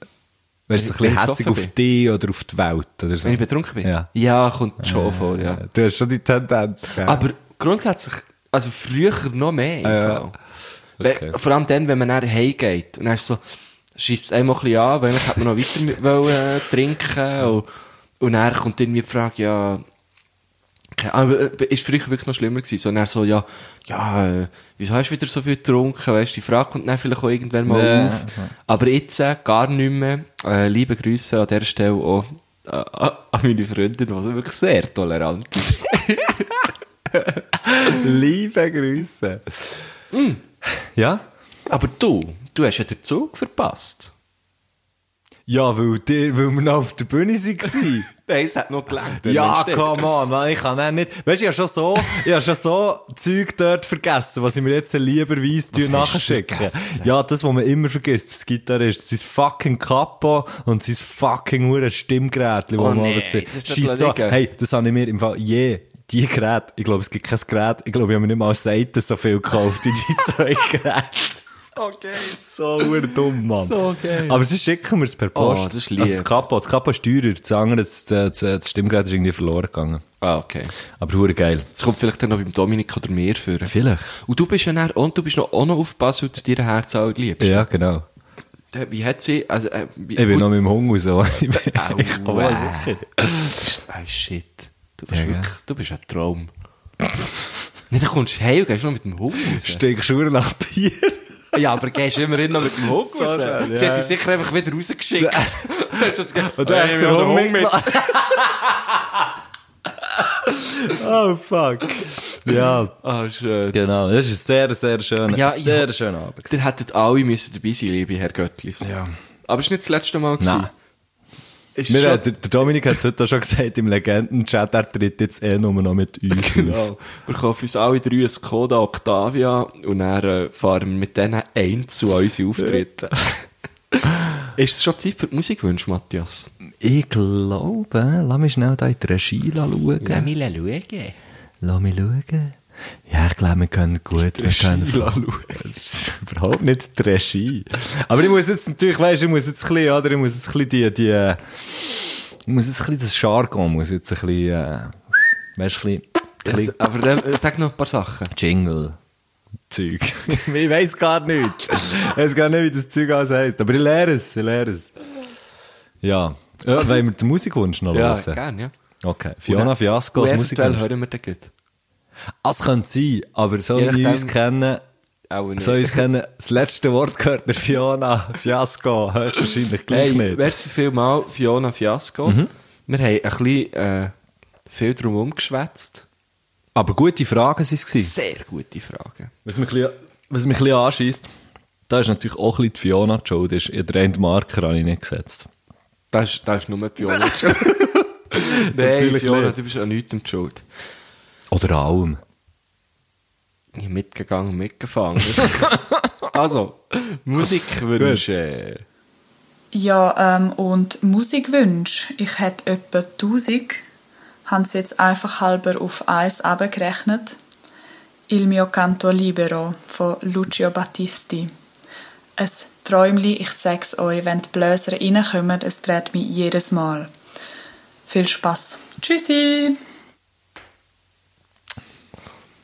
Speaker 5: Wenn ich
Speaker 2: bisschen hässig
Speaker 5: besoffen
Speaker 2: auf dich oder auf die Welt oder so.
Speaker 5: Wenn ich betrunken bin?
Speaker 2: Ja.
Speaker 5: kommt schon vor, Äh, ja.
Speaker 2: Du hast schon die Tendenz, gell?
Speaker 5: Aber grundsätzlich, also früher noch mehr. Im
Speaker 2: Ja.
Speaker 5: Fall. Weil- Vor allem dann, wenn man nachher heimgeht und dann ist so, schießt es einmal ein bisschen an, weil ich hätte man noch weiter mit wollen, äh, trinken und, und dann kommt irgendwie die Frage, ja, keine Ahnung, äh, ist früher wirklich noch schlimmer gewesen. So, und dann so, ja, ja, äh, wieso hast du wieder so viel getrunken? Weißt du, die Frage kommt dann vielleicht auch irgendwann mal
Speaker 2: Ja.
Speaker 5: auf. Aber jetzt äh, gar nicht mehr. Äh, liebe Grüße an dieser Stelle auch äh, an meine Freundin, die wirklich sehr tolerant ist.
Speaker 2: Liebe Grüße. Ja?
Speaker 5: Aber du, du hast ja den Zug verpasst.
Speaker 2: Ja, weil, die, weil wir noch auf der Bühne waren.
Speaker 5: Nein, es hat noch gelangt.
Speaker 2: ja,
Speaker 5: Mensch,
Speaker 2: come on, man, ich kann auch nicht. Weißt du, ich habe schon so, ich habe schon so Zeug dort vergessen, was ich mir jetzt lieberweise tue nachschicken. Ja, das, was man immer vergisst, das Gitarrist, sein fucking Kapo und sein fucking hure Stimmgerät, wo
Speaker 5: Oh
Speaker 2: man
Speaker 5: nee,
Speaker 2: was
Speaker 5: das ist
Speaker 2: Scheisst
Speaker 5: doch
Speaker 2: so,
Speaker 5: liegen.
Speaker 2: hey, das habe ich mir im Fall je, die Geräte, ich glaube, es gibt kein Gerät, ich glaube, ich habe mir nicht mal Seiten so viel gekauft wie die zwei Geräte.
Speaker 5: Okay.
Speaker 2: So dumm, Mann.
Speaker 5: So geil.
Speaker 2: Aber sie schicken mir es per Post.
Speaker 5: Oh, das ist lieb.
Speaker 2: also das Kapo, das Kapo ist teurer, das andere, das, das, das Stimmgerät ist irgendwie verloren gegangen.
Speaker 5: Ah, okay.
Speaker 2: Aber hure geil.
Speaker 5: Das kommt vielleicht dann noch beim Dominik oder mir für.
Speaker 2: Vielleicht.
Speaker 5: Und du bist ja dann, und du bist noch, auch noch auf Basel zu deiner Herz auch liebst.
Speaker 2: Ja, genau.
Speaker 5: Äh, Wie hat sie, also, äh, wie,
Speaker 2: Ich bin noch mit dem Hunger so. Ich bin- Oh,
Speaker 5: Au,
Speaker 2: ich kann
Speaker 5: wow.
Speaker 2: mal sicher.
Speaker 5: Ah, shit. Du bist
Speaker 2: Ja,
Speaker 5: wirklich, du bist ein Traum. Nicht, du kommst heim und gehst noch mit dem Hund raus.
Speaker 2: Steigst du nach Bier?
Speaker 5: Ja, aber gehst immerhin noch mit dem Hund
Speaker 2: So schön,
Speaker 5: Sie
Speaker 2: ja.
Speaker 5: hat dich sicher einfach wieder rausgeschickt. Hast du das gesagt?
Speaker 2: Und du hast
Speaker 5: Hey,
Speaker 2: den
Speaker 5: ich habe
Speaker 2: Hunger
Speaker 5: den Hund mit.
Speaker 2: Oh, fuck. Ja,
Speaker 5: Ah, schön.
Speaker 2: genau. Das ist ein sehr, sehr schöner,
Speaker 5: Ja, ich-
Speaker 2: sehr schöner Abend.
Speaker 5: Ihr hättet alle müssen dabei sein, liebe Herr Göttlis.
Speaker 2: Ja.
Speaker 5: Aber es war nicht das letzte Mal. gewesen.
Speaker 2: Nein.
Speaker 5: Ist
Speaker 2: Wir,
Speaker 5: schon-
Speaker 2: haben- der, der Dominik hat heute auch schon gesagt, im Legenden-Chat, er tritt jetzt eh nur noch mit uns auf.
Speaker 5: Genau. Wir kaufen uns alle drei ein Skoda Octavia und dann äh, fahren wir mit denen ein zu unsere Auftritte. ist es schon Zeit für die Musikwünsche, Matthias?
Speaker 2: Ich glaube, lass mich schnell da in die Regie schauen.
Speaker 5: mich schauen.
Speaker 2: Lass mich schauen. Ja, ich glaube, wir können gut. Wir können Das ist überhaupt nicht die Regie. Aber ich muss jetzt natürlich, weißt du, ich muss jetzt ein bisschen, oder? Ich muss jetzt ein bisschen die, die, muss jetzt ein bisschen das Jargon, muss jetzt ein bisschen, äh, weißt, ein bisschen, ein bisschen
Speaker 5: Jetzt, aber dann, äh, sag noch ein paar Sachen.
Speaker 2: Jingle. Zeug. ich weiss gar nicht. Ich weiss gar nicht, wie das Zeug alles heisst. Aber ich lehre es, ich lehre es. Ja. ja wollen wir den Musikwunsch noch
Speaker 5: Ja,
Speaker 2: hören?
Speaker 5: gerne, ja.
Speaker 2: Okay. Fiona Fiasco als
Speaker 5: Und eventuell
Speaker 2: Musikwunsch.
Speaker 5: hören wir den gut.
Speaker 2: Ah, Es könnte sein, aber so
Speaker 5: Je
Speaker 2: wie wir uns
Speaker 5: nachdem-
Speaker 2: kennen,
Speaker 5: Auch nicht.
Speaker 2: so wie wir uns kennen, das letzte Wort gehört der Fiona Fiasco. Höchstwahrscheinlich gleich
Speaker 5: Hey,
Speaker 2: nicht. Mhm.
Speaker 5: merci vielmals, Fiona Fiasco. Wir haben ein bisschen äh, viel drum umgeschwätzt.
Speaker 2: Aber gute Fragen waren es. gewesen.
Speaker 5: Sehr gute Fragen.
Speaker 2: Was mich ein bisschen- was mich ein bisschen anschießt, da ist natürlich auch ein bisschen die Fiona die schuld. ist. Den einen Marker habe ich nicht gesetzt.
Speaker 5: Da ist, da ist nur die Fiona die schuld. Nein,
Speaker 2: Natürlich
Speaker 5: Fiona,
Speaker 2: nicht.
Speaker 5: du bist an nichts um die schuld.
Speaker 2: Oder an allem.
Speaker 5: Ich bin mitgegangen und mitgefangen. also, Musikwünsche.
Speaker 1: Ja, ähm, und Musikwunsch. Ich hätte etwa 1000. Haben sie jetzt einfach halber auf eins abgerechnet. Il mio canto libero von Lucio Battisti. Ein Träumli, ich sag's euch, wenn die Bläser reinkommen, es dreht mich jedes Mal. Viel Spaß. Tschüssi!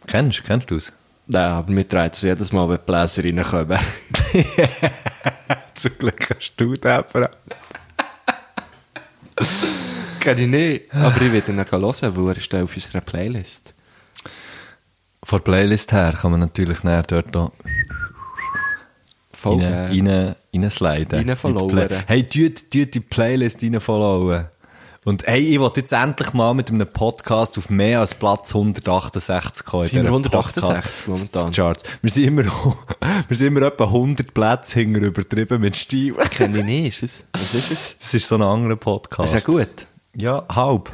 Speaker 2: Kennst, kennst du es?
Speaker 5: Nein, aber wir drehen es jedes Mal, wenn die Bläser reinkommen.
Speaker 2: Zum Glück hast du den Frau.
Speaker 5: Kann ich nicht. Aber ich werde ihn hören, gehen, weil er ist auf unserer Playlist.
Speaker 2: Von der Playlist her kann man natürlich näher dort noch
Speaker 5: Voll gerne.
Speaker 2: rein, rein, reinsliden.
Speaker 5: Rein
Speaker 2: In die
Speaker 5: followen.
Speaker 2: Play- Hey, tut, tut die Playlist reinfollowen. Und hey, ich wollte jetzt endlich mal mit einem Podcast auf mehr als Platz 168 kommen. in
Speaker 5: Sind wir
Speaker 2: dieser
Speaker 5: 168
Speaker 2: Podcast-
Speaker 5: momentan?
Speaker 2: Charts. Wir sind immer, wir sind immer etwa 100 Plätze hinter übertrieben mit Stil.
Speaker 5: Kenne ich nicht, ist es? Was ist es?
Speaker 2: Das ist so ein anderer Podcast.
Speaker 5: Ist ja gut.
Speaker 2: Ja, halb.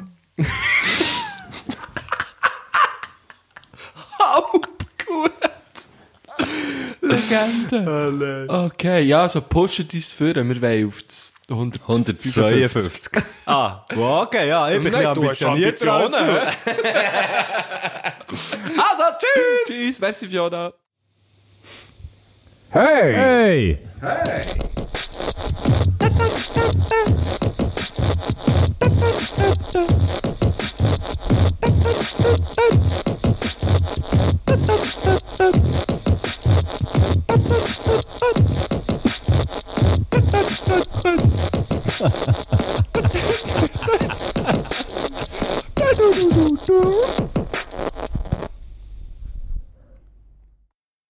Speaker 5: Legende. okay, ja, also pushen uns führen. Wir wollen auf das 100
Speaker 2: 152. ah, okay, ja, ich bin ein
Speaker 5: Nein,
Speaker 2: bisschen
Speaker 5: du hast
Speaker 2: ambitionierter als du.
Speaker 5: Ambitionen, Also, tschüss! Tschüss, merci Fiona.